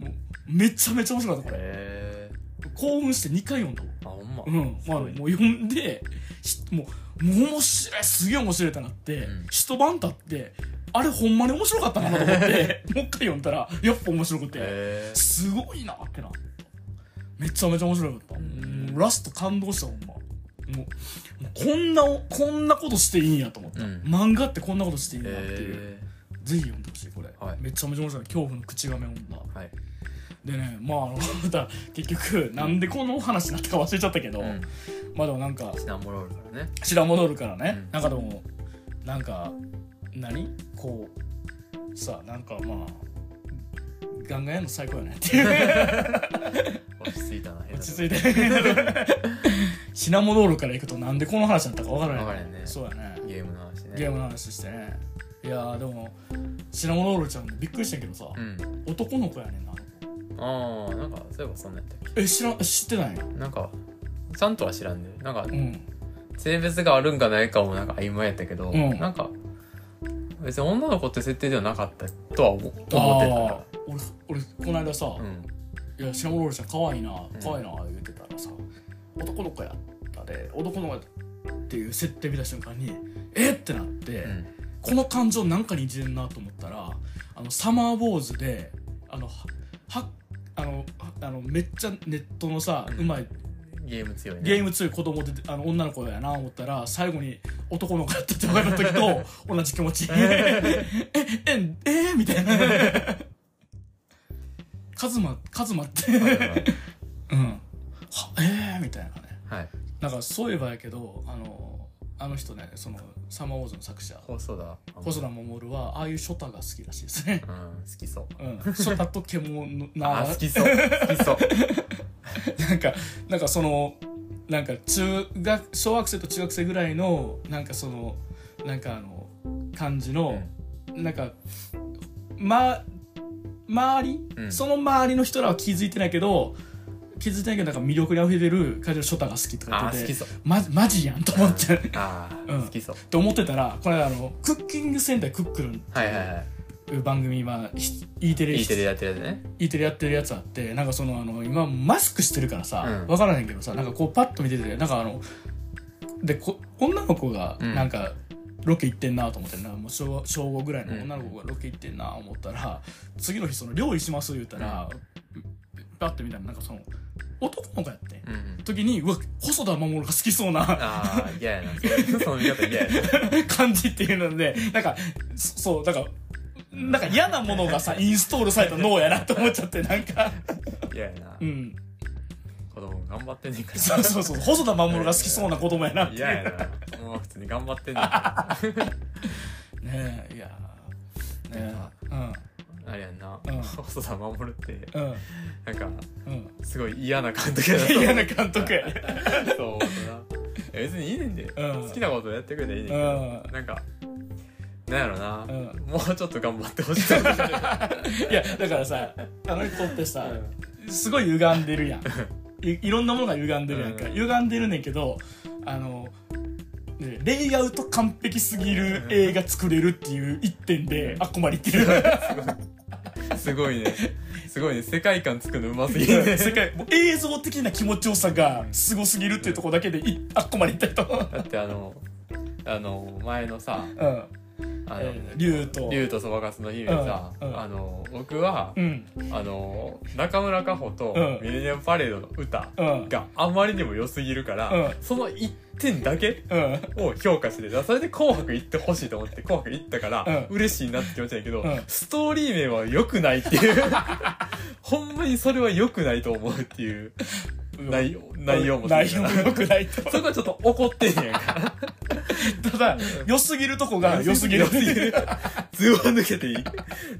[SPEAKER 1] うもうめちゃめちゃ面白かったこれ
[SPEAKER 2] え
[SPEAKER 1] 興奮して2回読んだもん
[SPEAKER 2] ーあほんま
[SPEAKER 1] うん、まあ、
[SPEAKER 2] すごいね
[SPEAKER 1] もう読んでしもうもう面白いすげえ面白いってなって、
[SPEAKER 2] うん
[SPEAKER 1] 一晩経ってあれほんまに面白かったなと思って もう一回読んだらやっぱ面白くて、
[SPEAKER 2] え
[SPEAKER 1] すごいなってなめちゃめちゃ面白かった
[SPEAKER 2] ん
[SPEAKER 1] ラスト感動したほんまもうもうこんなこんなことしていいんやと思った、
[SPEAKER 2] うん
[SPEAKER 1] 漫画ってこんなことしていいんだっていう、
[SPEAKER 2] え
[SPEAKER 1] ぜひ読んでほしいこれ、
[SPEAKER 2] はい
[SPEAKER 1] めちゃめちゃ面白い恐怖の口亀女
[SPEAKER 2] ーはい
[SPEAKER 1] でねまああの また結局なんでこのお話になったか忘れちゃったけど、
[SPEAKER 2] うん
[SPEAKER 1] まあでもなんか
[SPEAKER 2] シナモロールからね
[SPEAKER 1] 白戻るからね、
[SPEAKER 2] うん
[SPEAKER 1] なんかでもなんか何こうさなんかまあガンガンやんの最高 やねっていう
[SPEAKER 2] 落ち着いたな
[SPEAKER 1] 落ち着いてシナモロールから行くとなんでこの話だったか分からない
[SPEAKER 2] 分からへんね
[SPEAKER 1] そうやね
[SPEAKER 2] ゲームの話ね
[SPEAKER 1] ゲームの話してねいやーでもシナモロールちゃんびっくりしたけどさ、
[SPEAKER 2] うん
[SPEAKER 1] 男の子やねんな
[SPEAKER 2] ああなんかそういえばそんなんやったっ
[SPEAKER 1] え知らん知ってないの
[SPEAKER 2] けなんかちゃんとは知らんねなんか
[SPEAKER 1] うん
[SPEAKER 2] 性別があるんかないかもなんか曖昧やったけど、
[SPEAKER 1] うん
[SPEAKER 2] なんか別に女の子って設定ではなかったとは思思ってた
[SPEAKER 1] あ
[SPEAKER 2] か
[SPEAKER 1] あ俺俺この間さ「
[SPEAKER 2] らう
[SPEAKER 1] い
[SPEAKER 2] ん
[SPEAKER 1] やシナモロールちゃん可愛いな可愛いな」言ってたらさ男の子やったで男の子やっていう設定見た瞬間に「えっ!」ってなって、
[SPEAKER 2] うん
[SPEAKER 1] この感情なんかに似てんなと思ったらあのサマーウォーズであのははあのはあのめっちゃネットのさ、う
[SPEAKER 2] うん
[SPEAKER 1] まい
[SPEAKER 2] ゲーム強いね
[SPEAKER 1] ゲーム強い子供であの女の子やな思ったら最後に男の子やったって分かった時 と同じ気持ちええええみたいなカズマカズマって
[SPEAKER 2] はいはいはい
[SPEAKER 1] うんはええみたいなね
[SPEAKER 2] はい
[SPEAKER 1] なんかそういえばやけどあのあの人ねそのサマーウォーズの作者
[SPEAKER 2] 細田
[SPEAKER 1] 細田守はああいうショタが好きらしいですね。
[SPEAKER 2] うん好きそう
[SPEAKER 1] うん、ショタと獣の
[SPEAKER 2] あ
[SPEAKER 1] な
[SPEAKER 2] 好きそう好きそう
[SPEAKER 1] なんかなんかそのなんか中学小学生と中学生ぐらいのなんかそのなんかあの感じの、なんかま周り、
[SPEAKER 2] うん
[SPEAKER 1] その周りの人らは気づいてないけど気づいてないけどなんか魅力に溢れてる感じのショタが好きとか言
[SPEAKER 2] あ
[SPEAKER 1] っ
[SPEAKER 2] 好
[SPEAKER 1] て
[SPEAKER 2] き
[SPEAKER 1] て
[SPEAKER 2] そう
[SPEAKER 1] マジマジやんと思っ ちゃうっ
[SPEAKER 2] あ
[SPEAKER 1] うん
[SPEAKER 2] 好きそう
[SPEAKER 1] て思ってたらこれあのクッキング戦隊クックルンっ
[SPEAKER 2] はいはいは
[SPEAKER 1] ていう番組今 E テレ
[SPEAKER 2] い E テレやってるやつね
[SPEAKER 1] E テレやってるやつあってなんかそのあの今マスクしてるからさ、
[SPEAKER 2] うん
[SPEAKER 1] わからないけどさなんかこうパッと見ててなんかあのでこ女の子が
[SPEAKER 2] うん
[SPEAKER 1] なんかロケ行ってんなと思ってなもう小小5ぐらいの女の子がロケ行ってんな思ったら、次の日その料理します言ったら、パッと見たらなんかその男の子やってん
[SPEAKER 2] うんうん
[SPEAKER 1] 時にうわ細田守が好きそう な
[SPEAKER 2] ああ嫌やなそれその見方嫌やな
[SPEAKER 1] 感じっていうのでなんかそそうなんかなんか嫌なものがさインストールされた脳やなと思っちゃってなんか
[SPEAKER 2] 嫌やな
[SPEAKER 1] うん。
[SPEAKER 2] 子供頑張ってんねんから
[SPEAKER 1] そうそうそう細田守が好きそうな子供やなっていう
[SPEAKER 2] 嫌やなもう普通に頑張ってんねんから
[SPEAKER 1] ねえいやーね
[SPEAKER 2] あれやんな
[SPEAKER 1] うん
[SPEAKER 2] 細田守って
[SPEAKER 1] えうんうん
[SPEAKER 2] なんか
[SPEAKER 1] うん
[SPEAKER 2] すごい嫌な監督やな
[SPEAKER 1] 嫌な監督やね
[SPEAKER 2] そう思うな別にいいねんで
[SPEAKER 1] うん
[SPEAKER 2] 好きなことやってくれていいねん
[SPEAKER 1] う
[SPEAKER 2] けど
[SPEAKER 1] ん
[SPEAKER 2] なんかなんやろな
[SPEAKER 1] うん
[SPEAKER 2] もうちょっと頑張ってほしいう
[SPEAKER 1] いやだからさあの人ってさ
[SPEAKER 2] ん
[SPEAKER 1] すごい歪んでるやんいいろんなものが歪んでるやんか
[SPEAKER 2] うん
[SPEAKER 1] 歪んでるねんけどあのねレイアウト完璧すぎる映画作れるっていう一点であっこまりっていう
[SPEAKER 2] すごいねすごいね世界観作るのうますぎる ね
[SPEAKER 1] 世界もう映像的な気持ちよさがすごすぎるっていうところだけでいあっこまりいったりと
[SPEAKER 2] だってあのあの前のさ
[SPEAKER 1] うん
[SPEAKER 2] あの
[SPEAKER 1] えー竜と
[SPEAKER 2] 竜とそばかすの姫さ、
[SPEAKER 1] うんうん
[SPEAKER 2] あの僕は、
[SPEAKER 1] うん
[SPEAKER 2] あの中村佳穂と
[SPEAKER 1] うん
[SPEAKER 2] ミレニアムパレードの歌
[SPEAKER 1] うん
[SPEAKER 2] があまりにも良すぎるから、
[SPEAKER 1] うん
[SPEAKER 2] その1点だけ
[SPEAKER 1] うん
[SPEAKER 2] を評価してそれで「紅白」行ってほしいと思って「紅白」行ったから、
[SPEAKER 1] う
[SPEAKER 2] 嬉しいなって気持ちだけど、
[SPEAKER 1] うん
[SPEAKER 2] ストーリー名は良くないっていう ほんまにそれは良くないと思うっていう内容内容もそうや
[SPEAKER 1] 内
[SPEAKER 2] な
[SPEAKER 1] 容も良く ないと
[SPEAKER 2] そこはちょっと怒ってんねやんか
[SPEAKER 1] ただ良すぎるとこが良すぎ る
[SPEAKER 2] 良すぎる。ズバ抜けていい。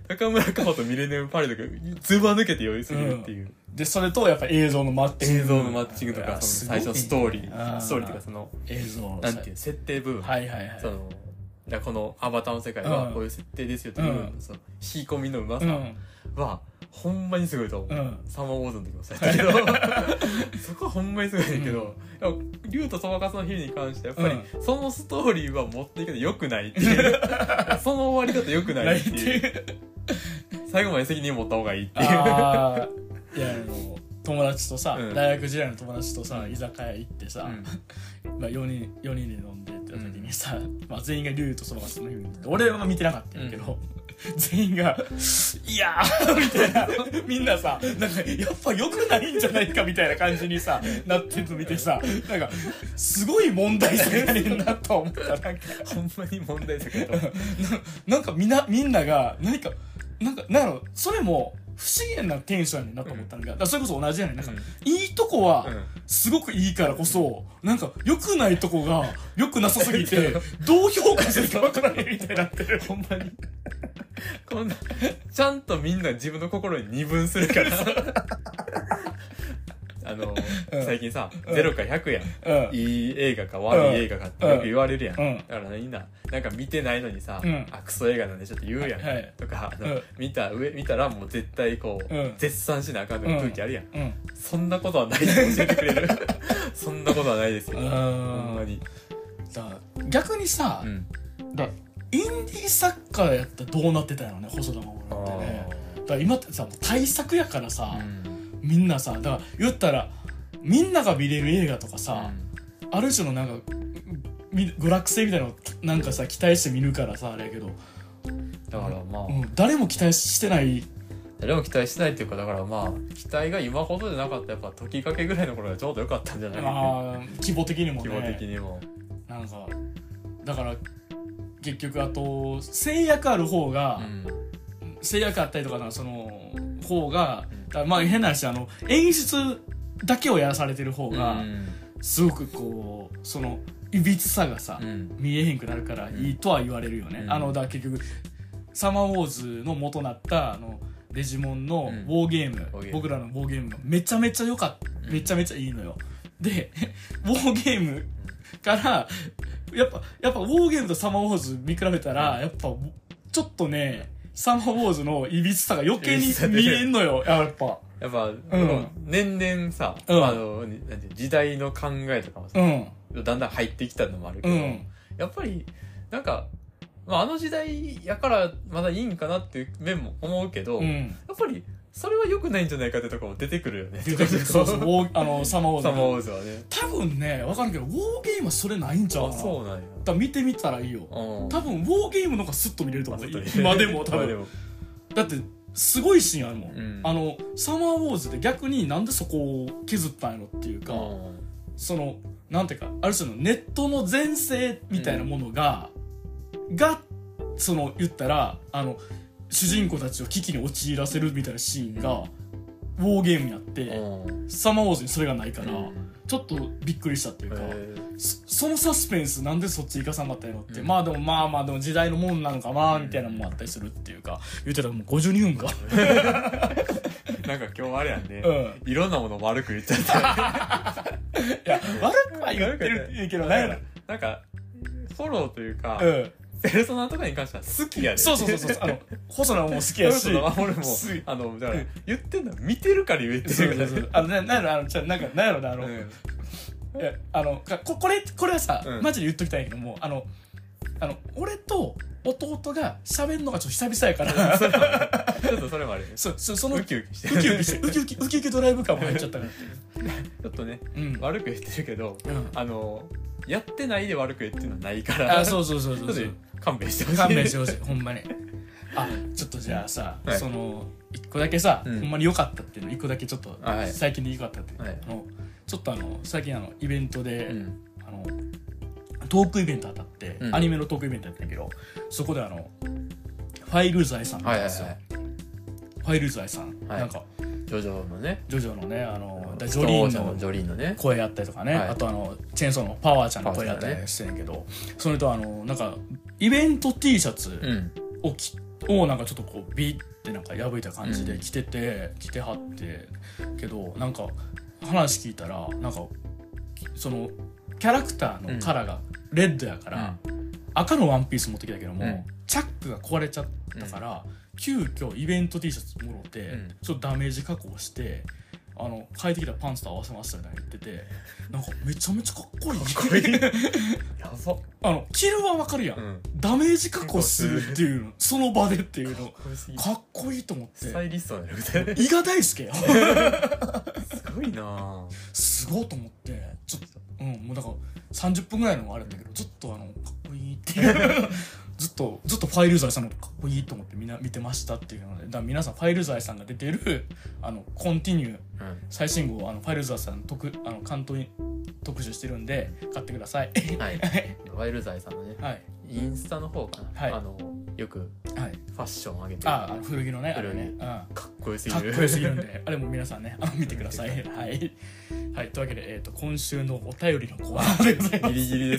[SPEAKER 2] 中村佳穂とミレニアムパレードがズバ抜けて良すぎるっていう。
[SPEAKER 1] でそれとやっぱ映像のマッチング
[SPEAKER 2] 映像のマッチングと
[SPEAKER 1] いや
[SPEAKER 2] か、
[SPEAKER 1] す
[SPEAKER 2] その
[SPEAKER 1] ごい
[SPEAKER 2] 最初のストーリ
[SPEAKER 1] あ
[SPEAKER 2] ー、ストーリーとかその、
[SPEAKER 1] 映像の
[SPEAKER 2] なんていう、設定部分。
[SPEAKER 1] はいはいはい
[SPEAKER 2] その、じゃあこのアバターの世界
[SPEAKER 1] う
[SPEAKER 2] は
[SPEAKER 1] ん
[SPEAKER 2] こういう設定ですよという
[SPEAKER 1] う、ん
[SPEAKER 2] その、引き込みのうま
[SPEAKER 1] う
[SPEAKER 2] さ
[SPEAKER 1] ん
[SPEAKER 2] は、ほんまにすごいと思
[SPEAKER 1] う
[SPEAKER 2] う。
[SPEAKER 1] ん
[SPEAKER 2] サマーウォーズの時もそうやったけど、 そこはほんまにすごいねんだけど、でも竜とそばかすの日に関してはやっぱり、そのストーリーは持っていくの良くないって いう、その終わり方良くないっていう。最後まで責任持った方がいいっていう
[SPEAKER 1] あーいやあの友達とさ、
[SPEAKER 2] うん
[SPEAKER 1] 大学時代の友達とさ居酒屋行ってさ、
[SPEAKER 2] うん
[SPEAKER 1] まあ、4人四人で飲んでてってた時にさ、まあ、全員が竜とそばかすの日見て俺は見てなかったんやけど、全員が「いやー」みたいなみんなさなんかやっぱ良くないんじゃないかみたいな感じにさなってるの見てさなんかすごい問題性やねんなと思ったなんか
[SPEAKER 2] ほんまに問題作やと思う
[SPEAKER 1] なんかみなみんなが何かなんかなんやろそれも不思議なテンションやねんなと思ったのが、だからそれこそ同じやねんなんか、いいとこは、
[SPEAKER 2] うん
[SPEAKER 1] すごくいいからこそ、なんか良くないとこが良くなさすぎ て、どう評価するか分からへんみたいになってる。ほんまに。
[SPEAKER 2] こんなちゃんとみんな自分の心に二分す るからあの
[SPEAKER 1] うん
[SPEAKER 2] 最近さ、
[SPEAKER 1] うん
[SPEAKER 2] ゼロか100やん
[SPEAKER 1] うん。
[SPEAKER 2] いい映画か悪い映画かってよく言われるやん、
[SPEAKER 1] うん
[SPEAKER 2] だからみんななんか見てないのにさ、
[SPEAKER 1] うん
[SPEAKER 2] あクソ映画なんでちょっと言うやん、
[SPEAKER 1] はい
[SPEAKER 2] とかあの、
[SPEAKER 1] うん
[SPEAKER 2] 見た上見たらもう絶対こう、
[SPEAKER 1] うん
[SPEAKER 2] 絶賛しなあかんとか空気あるやん、
[SPEAKER 1] うん。
[SPEAKER 2] そんなことはないって教えて くれるそんなことはないですよ、ほんま
[SPEAKER 1] あ
[SPEAKER 2] に、
[SPEAKER 1] ーだから逆にさ、
[SPEAKER 2] うん、
[SPEAKER 1] だインディーサッカーやったらどうなってたんやろね、細田守ってね。だから今ってさ、もう対策やからさ、みんなさ、だから言ったら、みんなが見れる映画とかさ、ある種のなんかみ娯楽性みたいなのをなんかさ期待して見るからさあれやけど、
[SPEAKER 2] だからまあ、
[SPEAKER 1] うん、誰も期待してない
[SPEAKER 2] 誰も期待してないっていうかだからまあ期待が今ほどじゃなかったやっぱ時かけぐらいの頃がちょうどよかったんじゃない
[SPEAKER 1] あー規模的にも
[SPEAKER 2] 規模
[SPEAKER 1] ね
[SPEAKER 2] 的にも、
[SPEAKER 1] なんかだから結局あと制約ある方が、
[SPEAKER 2] うん
[SPEAKER 1] 制約あったりとかなんかその方が
[SPEAKER 2] うん
[SPEAKER 1] だからまあ変な話あの演出だけをやらされてる方が
[SPEAKER 2] うん
[SPEAKER 1] すごくこうそのいびつさがさ、
[SPEAKER 2] うん
[SPEAKER 1] 見えへんくなるからいいとは言われるよね、
[SPEAKER 2] うん
[SPEAKER 1] あのだから結局サマーウォーズの元なったあのデジモンの
[SPEAKER 2] うん
[SPEAKER 1] ウォーゲーム、
[SPEAKER 2] ウォーゲーム
[SPEAKER 1] 僕らのウォーゲームがめちゃめちゃ良かった、
[SPEAKER 2] うん
[SPEAKER 1] めちゃめちゃいいのよでウォーゲームからやっぱやっぱウォーゲームとサマーウォーズ見比べたら、やっぱちょっとねサマーウォーズのいびつさが余計に見えんのよやっぱ
[SPEAKER 2] やっぱ、年々さ、
[SPEAKER 1] うん
[SPEAKER 2] あのなんていう時代の考えとかもさ
[SPEAKER 1] うん
[SPEAKER 2] だんだん入ってきたのもあるけ
[SPEAKER 1] う
[SPEAKER 2] ど、
[SPEAKER 1] ん
[SPEAKER 2] やっぱりなんか、まあ、あの時代やからまだいいんかなっていう面も思うけど、
[SPEAKER 1] う
[SPEAKER 2] やっ
[SPEAKER 1] ん
[SPEAKER 2] ぱりそれは良くないんじゃないかってとこも出てくるよね。
[SPEAKER 1] そう そうウォーあのサマーウォーズ
[SPEAKER 2] サマー
[SPEAKER 1] の
[SPEAKER 2] ウォーズはね。
[SPEAKER 1] 多分ね分かるけどウォーゲームはそれないんちゃうか
[SPEAKER 2] あ
[SPEAKER 1] な
[SPEAKER 2] そうなんや。
[SPEAKER 1] だから見てみたらいいよ
[SPEAKER 2] うん
[SPEAKER 1] 多分ウォーゲームの方がスッと見れると思う
[SPEAKER 2] まあ
[SPEAKER 1] 今でも多
[SPEAKER 2] 今で
[SPEAKER 1] 分
[SPEAKER 2] も
[SPEAKER 1] だってすごいシーンあるもん、
[SPEAKER 2] うん
[SPEAKER 1] あのサマーウォーズで逆になんでそこを削ったんやろっていうか、そのなんていうかある種のネットの全盛みたいなものが、がその言ったらあの主人公たちを危機に陥らせるみたいなシーンが、ウォーゲームにあって、
[SPEAKER 2] うん
[SPEAKER 1] サマーウォーズにそれがないから、
[SPEAKER 2] うん
[SPEAKER 1] ちょっとびっくりしたっていうか、
[SPEAKER 2] えー
[SPEAKER 1] そそのサスペンスなんでそっち行かさんかったやろって、
[SPEAKER 2] うん
[SPEAKER 1] まあでもまあまあでも時代のもんなのかなみたいなのもあったりするっていうか言ってたらもう52分か
[SPEAKER 2] なんか今日あれやんね
[SPEAKER 1] う、ん
[SPEAKER 2] いろんなもの悪く言っちゃった。
[SPEAKER 1] いや悪 くは言ってる言うけどなんや
[SPEAKER 2] なんか、フォローというか、
[SPEAKER 1] ろうん
[SPEAKER 2] ペルソナとかに関しては好きやで。
[SPEAKER 1] そうそうそう そうあの細野も好き
[SPEAKER 2] ペル
[SPEAKER 1] やし
[SPEAKER 2] ソナは俺
[SPEAKER 1] 好
[SPEAKER 2] も
[SPEAKER 1] き、
[SPEAKER 2] あの、だから、言ってんのは見てるから言えって
[SPEAKER 1] そう
[SPEAKER 2] る
[SPEAKER 1] そうそうあのななんやろあのじゃあなんかなんやろなあの、
[SPEAKER 2] うん
[SPEAKER 1] いやあのかここれこれはさ、
[SPEAKER 2] うん
[SPEAKER 1] マジで言っときたいんやけどもあのあの俺と弟が喋るのがちょっと久々やから
[SPEAKER 2] それもあるちょっとそれもあるよね。
[SPEAKER 1] そそその
[SPEAKER 2] ウ
[SPEAKER 1] ウキ
[SPEAKER 2] キウキして。
[SPEAKER 1] ウキしてウキウキウキウキドライブ感も入っちゃったから
[SPEAKER 2] ちょっとね、
[SPEAKER 1] うん
[SPEAKER 2] 悪く言ってるけど、
[SPEAKER 1] うん
[SPEAKER 2] あの、やってないで悪く言ってるのはないから、。
[SPEAKER 1] あそううそうそう
[SPEAKER 2] ち
[SPEAKER 1] そ
[SPEAKER 2] ょっ
[SPEAKER 1] う
[SPEAKER 2] と
[SPEAKER 1] そう
[SPEAKER 2] 勘弁してほしい。
[SPEAKER 1] 勘弁してほしいほんまにあちょっとじゃあさ、
[SPEAKER 2] はい
[SPEAKER 1] その一個だけさ、
[SPEAKER 2] うん
[SPEAKER 1] ほんまに良かったっていうの一個だけちょっと、
[SPEAKER 2] はい
[SPEAKER 1] 最近で良かったって、
[SPEAKER 2] はい
[SPEAKER 1] あのちょっとあの最近あのイベントで、
[SPEAKER 2] うん。
[SPEAKER 1] あのトークイベント当たって、
[SPEAKER 2] うん
[SPEAKER 1] アニメのトークイベントやったんやけどそこであのファイル財産なんですよ、
[SPEAKER 2] はい
[SPEAKER 1] ファイル財産、
[SPEAKER 2] はい
[SPEAKER 1] なんか
[SPEAKER 2] ジョジョのね、
[SPEAKER 1] ジョジョのねあのジ
[SPEAKER 2] ジ
[SPEAKER 1] ョ
[SPEAKER 2] ョ
[SPEAKER 1] リ
[SPEAKER 2] リ
[SPEAKER 1] ー
[SPEAKER 2] ー
[SPEAKER 1] ン
[SPEAKER 2] ン
[SPEAKER 1] の
[SPEAKER 2] のジョリーンのね。
[SPEAKER 1] 声やったりとかね、
[SPEAKER 2] はい
[SPEAKER 1] あとあのチェーンソーのパワーちゃんの声やったりしてんやけど、それとあのなんかイベント T シャツ、
[SPEAKER 2] うん。
[SPEAKER 1] をきをなんかちょっとこうビってなんか破いた感じで着てて、着てはってけどなんか話聞いたらなんかきそのキャラクターのカラーがレッドやから、赤のワンピース持ってきたけども、
[SPEAKER 2] うん
[SPEAKER 1] チャックが壊れちゃったから、急遽イベント T シャツもろて、
[SPEAKER 2] ん
[SPEAKER 1] ちょっとダメージ加工して。あの変えてきたパンツと合わせましたみたいな言っててなんかめちゃめちゃかっこいい
[SPEAKER 2] やば。
[SPEAKER 1] あの着るはわかるやん、
[SPEAKER 2] うん。
[SPEAKER 1] ダメージ加工するっていうのその場でっていうの
[SPEAKER 2] これすぎ
[SPEAKER 1] かっこいいと思っ
[SPEAKER 2] スタ
[SPEAKER 1] て
[SPEAKER 2] イリストなんやみたい
[SPEAKER 1] 伊賀大輔
[SPEAKER 2] な。すごいなぁ。
[SPEAKER 1] すごいと思ってちょっとうんもうだから30分ぐらいのがあるんだけどずっとあのかっこいいっていう ずっとずっとファイルザイさんのことかっこいいと思ってみんな見てましたっていうのでだから皆さんファイルザイさんが出てるあのコンティニュー最新号あのファイルザイさん特あの関東に特集してるんで買ってください
[SPEAKER 2] うんはいワイルザイさんのね
[SPEAKER 1] はい
[SPEAKER 2] インスタの方かな、
[SPEAKER 1] はい
[SPEAKER 2] あのよく
[SPEAKER 1] はい
[SPEAKER 2] ファッション上げてる
[SPEAKER 1] ああの古着のねあれね
[SPEAKER 2] 古
[SPEAKER 1] うんか
[SPEAKER 2] かっこよすぎ
[SPEAKER 1] っ
[SPEAKER 2] る
[SPEAKER 1] こよすぎるん であれも皆さんねあの見てくださいはい、はい、というわけで、えー、と今週のお便りのコーナ ーでございま
[SPEAKER 2] ギ
[SPEAKER 1] す
[SPEAKER 2] リギリで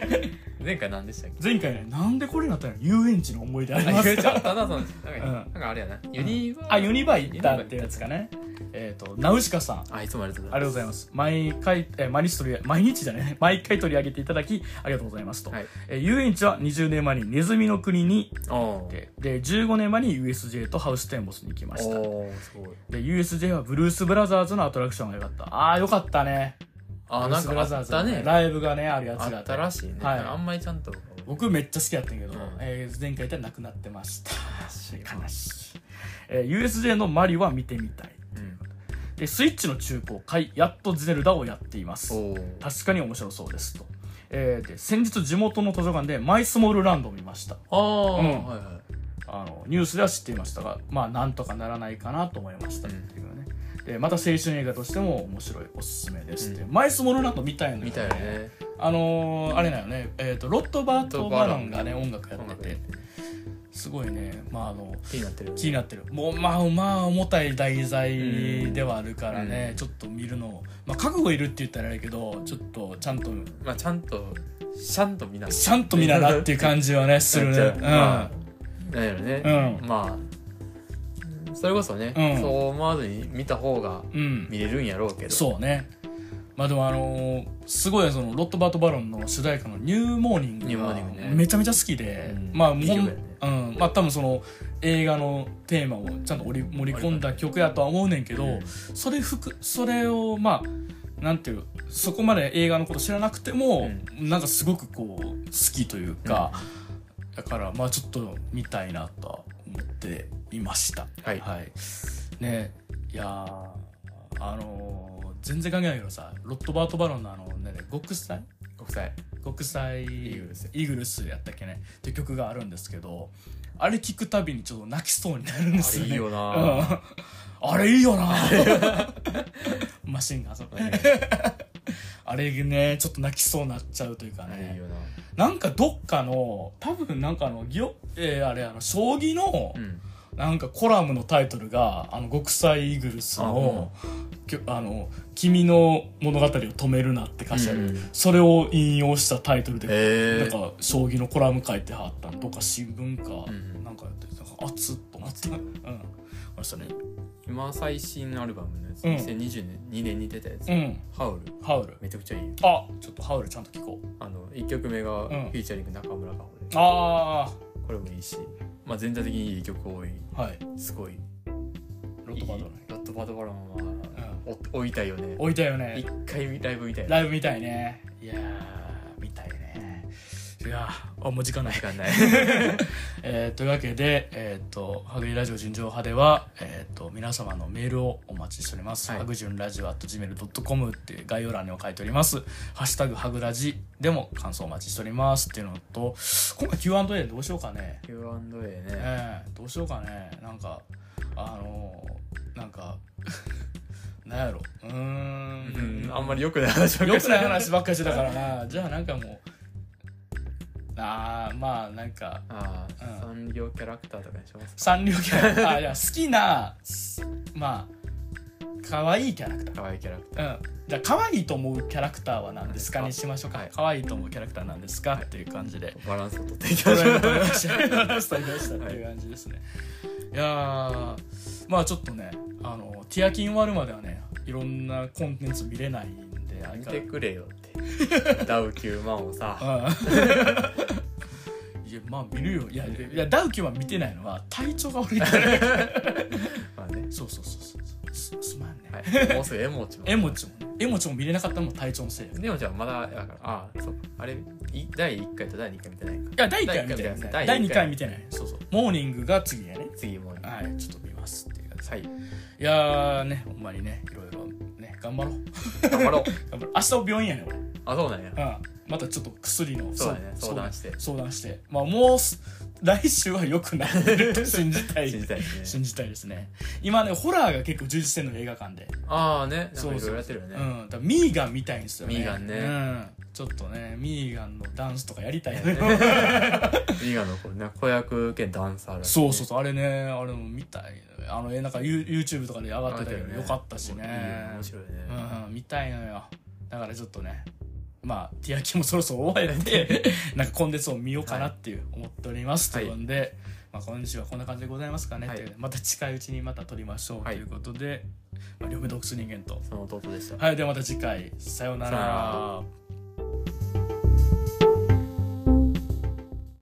[SPEAKER 2] すね前回何でしたっけ
[SPEAKER 1] 前回ねなんでこれになったの遊園地の思い出あり
[SPEAKER 2] あ
[SPEAKER 1] ま
[SPEAKER 2] 言
[SPEAKER 1] す
[SPEAKER 2] っち
[SPEAKER 1] か
[SPEAKER 2] ゃったなそのなんか,、
[SPEAKER 1] ん
[SPEAKER 2] なんかあれやなユニバー、
[SPEAKER 1] あユニバ行ったってやつかねえっ、とナウシカさん
[SPEAKER 2] あいつもありがとうご
[SPEAKER 1] ありがと
[SPEAKER 2] ざ
[SPEAKER 1] う
[SPEAKER 2] い
[SPEAKER 1] ございます毎回、えー毎日取り毎日じゃね 毎回取り上げていただきありがとうございますと、
[SPEAKER 2] はい
[SPEAKER 1] えー遊園地は20年前にネズミの国に
[SPEAKER 2] ますおー
[SPEAKER 1] でで15年前に USJ とハウステンボスに行きました
[SPEAKER 2] おーすごい
[SPEAKER 1] で USJ はブルース・ブラザーズのアトラクションが良かったああ良かったね
[SPEAKER 2] あ
[SPEAKER 1] ブル
[SPEAKER 2] な
[SPEAKER 1] ー
[SPEAKER 2] ん
[SPEAKER 1] ス
[SPEAKER 2] か
[SPEAKER 1] ブラザ
[SPEAKER 2] あ
[SPEAKER 1] ー
[SPEAKER 2] っ
[SPEAKER 1] ズの
[SPEAKER 2] たね
[SPEAKER 1] ライブがねあるやつ
[SPEAKER 2] あ
[SPEAKER 1] が
[SPEAKER 2] ったらしいね、
[SPEAKER 1] はい
[SPEAKER 2] あんまりちゃんと
[SPEAKER 1] 僕めっちゃ好きやったんやけど、
[SPEAKER 2] うん
[SPEAKER 1] えー前回行ったらなくなってました
[SPEAKER 2] しい
[SPEAKER 1] 悲しい、えー USJ のマリは見てみたい
[SPEAKER 2] うん
[SPEAKER 1] でスイッチの中古を買いやっとゼルダをやっています
[SPEAKER 2] おー
[SPEAKER 1] 確かに面白そうですと、えーで先日地元の図書館でマイスモールランドを見ました
[SPEAKER 2] ああ、
[SPEAKER 1] うん
[SPEAKER 2] はいはい
[SPEAKER 1] あのニュースでは知っていましたがまあなんとかならないかなと思いましたっ
[SPEAKER 2] うん
[SPEAKER 1] ていうね、でまた青春映画としても面白いおすすめですって、
[SPEAKER 2] う
[SPEAKER 1] マイスモールランド見たいのよ
[SPEAKER 2] みたいね
[SPEAKER 1] あのーあれだよね、えー、とロットバート・バロンがね音楽やっててすごいねまああの
[SPEAKER 2] 気になってる
[SPEAKER 1] 気になってるもうまあまあ重たい題材ではあるからね、
[SPEAKER 2] うん
[SPEAKER 1] ちょっと見るの、まあ、覚悟いるって言ったらあれやけどちょっとちゃんと
[SPEAKER 2] まあちゃんとちゃんと見な
[SPEAKER 1] ちゃんと見 ながらっていう感じはねするね
[SPEAKER 2] じゃ
[SPEAKER 1] うん、
[SPEAKER 2] あまあなんやろね、
[SPEAKER 1] う
[SPEAKER 2] まあそれこそね、
[SPEAKER 1] うん
[SPEAKER 2] そう思わずに見た方が
[SPEAKER 1] うん、
[SPEAKER 2] 見れるんやろうけど
[SPEAKER 1] そうねまあでもあのーすごいそのロットバート・バロンの主題歌の「ニューモーニン
[SPEAKER 2] ニュ
[SPEAKER 1] グ」
[SPEAKER 2] ーモ
[SPEAKER 1] が
[SPEAKER 2] ーニングね
[SPEAKER 1] めちゃめちゃ好きで、
[SPEAKER 2] うん
[SPEAKER 1] まあ
[SPEAKER 2] いい
[SPEAKER 1] ほん
[SPEAKER 2] 曲やね
[SPEAKER 1] うんまあ多分その映画のテーマをちゃんと織り盛り込んだ曲やとは思うねんけど、
[SPEAKER 2] うん
[SPEAKER 1] それ含それをまあなんていうそこまで映画のこと知らなくても、なんかすごくこう好きというか、だからまあちょっと見たいなとは思っていました
[SPEAKER 2] はい
[SPEAKER 1] ねいやーあのー全然関係ないけどさロットバート・バロンのあのね極彩
[SPEAKER 2] 国際
[SPEAKER 1] 国際イ
[SPEAKER 2] ーグルス
[SPEAKER 1] イーグルスやったっけねっていう曲があるんですけどあれ聞くたびにちょっと泣きそうになるんで
[SPEAKER 2] あ
[SPEAKER 1] すよ
[SPEAKER 2] れいい
[SPEAKER 1] ね
[SPEAKER 2] よ
[SPEAKER 1] うん
[SPEAKER 2] な、
[SPEAKER 1] あれいいよな マシンガンさんあれねちょっと泣きそうになっちゃうというか
[SPEAKER 2] あれいい
[SPEAKER 1] ね
[SPEAKER 2] よな
[SPEAKER 1] なんかどっかの多分なんかあのぎょ、えーあれあの将棋の
[SPEAKER 2] うん
[SPEAKER 1] なんかコラムのタイトルが「あの極彩イーグルスの」きょあの「君の物語を止めるな」って歌詞ある、
[SPEAKER 2] うん
[SPEAKER 1] それを引用したタイトルでな
[SPEAKER 2] え
[SPEAKER 1] んか将棋のコラム書いてはったんとか新聞か
[SPEAKER 2] うん
[SPEAKER 1] なんかやっててなんか熱っと思ってた、うん、ありましたね
[SPEAKER 2] 今最新アルバムのやつ、
[SPEAKER 1] うん
[SPEAKER 2] 2022年2年に出たやつ、
[SPEAKER 1] うん
[SPEAKER 2] ハウル
[SPEAKER 1] ハウル
[SPEAKER 2] めちゃくちゃいいよ
[SPEAKER 1] あちょっとハウルちゃんと聞こう
[SPEAKER 2] あの1曲目が
[SPEAKER 1] ん
[SPEAKER 2] フィーチャリング中村かほで、
[SPEAKER 1] あ
[SPEAKER 2] これもいいし、まあ、全体的にいい曲多い
[SPEAKER 1] あはい
[SPEAKER 2] すごい
[SPEAKER 1] ロッドバード
[SPEAKER 2] いいロッドバードバロンは、
[SPEAKER 1] う
[SPEAKER 2] お置いたいよね
[SPEAKER 1] 置いたよね
[SPEAKER 2] 一回ライブみたいな
[SPEAKER 1] ライブ見たいねいやー見たいねいやーあもう時間ない
[SPEAKER 2] 時間ない
[SPEAKER 1] えーというわけで、えー、とハグリラジオ純情派では、えー、と皆様のメールをお待ちしております、
[SPEAKER 2] はい
[SPEAKER 1] ハグジュンラジオ at gmail.com って概要欄にも書いております「ハッシュタグハグラジ」でも感想お待ちしておりますっていうのと今回 Q&A どうしようかね
[SPEAKER 2] Q&A ね
[SPEAKER 1] ええどうしようかねなんかあのーなんか なんやろうーん
[SPEAKER 2] うんあんまり良くない話ばっか
[SPEAKER 1] よ
[SPEAKER 2] り
[SPEAKER 1] くない話ばっかりしてたからなじゃあなんかもうああまあなんか
[SPEAKER 2] ああ、
[SPEAKER 1] うん
[SPEAKER 2] サンリオキャラクターとかにしますか
[SPEAKER 1] サンリオキャラあいや好きなすまあ可愛いキャラクタ
[SPEAKER 2] 可愛いキャラクタ
[SPEAKER 1] ーうんじゃあ可愛いと思うキャラクターは何ですか
[SPEAKER 2] 何
[SPEAKER 1] に
[SPEAKER 2] です
[SPEAKER 1] しましょうか、
[SPEAKER 2] はい
[SPEAKER 1] 可愛いと思うキャラクターなんですか、っていう感じで
[SPEAKER 2] ーバランスを取っていき
[SPEAKER 1] ド
[SPEAKER 2] まし
[SPEAKER 1] ラ
[SPEAKER 2] ょ
[SPEAKER 1] えもん
[SPEAKER 2] う
[SPEAKER 1] とりましたドラえもんとりましたっていう感じですねいやーまあちょっとねあのティアキン終わるまではねいろんなコンテンツ見れないんで相
[SPEAKER 2] 見
[SPEAKER 1] 変
[SPEAKER 2] て
[SPEAKER 1] わ
[SPEAKER 2] くれよって ダウ9万をさ
[SPEAKER 1] らうんいやまあ見るよいやいやダウキは見てないのは体調が悪いから
[SPEAKER 2] まあね、
[SPEAKER 1] そうそうそうそうすすまんね、
[SPEAKER 2] はい、もうすぐ絵も落ちま
[SPEAKER 1] 絵文字もね絵文字も見れなかったのも体調のせいや
[SPEAKER 2] すでもじゃあまだだからああそうあれい第1回と第2回見てないか
[SPEAKER 1] いや第1回は見てない
[SPEAKER 2] 第一回
[SPEAKER 1] 第2回見てないそうそうモーニングが次やね
[SPEAKER 2] 次もうは
[SPEAKER 1] はいちょっと見ますっていう感じ
[SPEAKER 2] い
[SPEAKER 1] いやーねほんまにねいろいろね頑張ろう
[SPEAKER 2] 頑張ろう
[SPEAKER 1] 頑張ろう明日も病院やね俺
[SPEAKER 2] あそ うなんや
[SPEAKER 1] うん、またちょっと薬の
[SPEAKER 2] そうだね
[SPEAKER 1] そ
[SPEAKER 2] 相談して
[SPEAKER 1] 相談してまあもうす来週は良くなる と信じたい
[SPEAKER 2] 信じたいですね
[SPEAKER 1] 信じたいですね今ねホラーが結構充実してるの映画館で、
[SPEAKER 2] ああねなん
[SPEAKER 1] そ
[SPEAKER 2] か
[SPEAKER 1] う
[SPEAKER 2] い
[SPEAKER 1] そう
[SPEAKER 2] ろいろやってるよね
[SPEAKER 1] うんだからミーガン見たいんですよね
[SPEAKER 2] ミーガンね
[SPEAKER 1] うん、ちょっとねミーガンのダンスとかやりたいよ
[SPEAKER 2] ね
[SPEAKER 1] ね
[SPEAKER 2] 伊賀のこれね子役兼ダンサーらしい
[SPEAKER 1] そうそうそうあれねあれも見たいのよあのえなんか You- YouTube とかで上がっ
[SPEAKER 2] 上が
[SPEAKER 1] て
[SPEAKER 2] って
[SPEAKER 1] た
[SPEAKER 2] た
[SPEAKER 1] け
[SPEAKER 2] よ
[SPEAKER 1] ど
[SPEAKER 2] ね
[SPEAKER 1] よかったしね
[SPEAKER 2] いい面白いね
[SPEAKER 1] うんうん、見たいのよだからちょっとねまあティアキもそろそろ終わえ てなんかコンテンツを見ようかなっていう思っております、
[SPEAKER 2] はい
[SPEAKER 1] ということで、まあ、今週はこんな感じでございますかね、
[SPEAKER 2] はい
[SPEAKER 1] というまた近いうちにまた撮りましょうと
[SPEAKER 2] はい
[SPEAKER 1] いうことで、まあ、両目洞窟人間と
[SPEAKER 2] その弟でした
[SPEAKER 1] はいではまた次回さような
[SPEAKER 2] さような
[SPEAKER 1] ら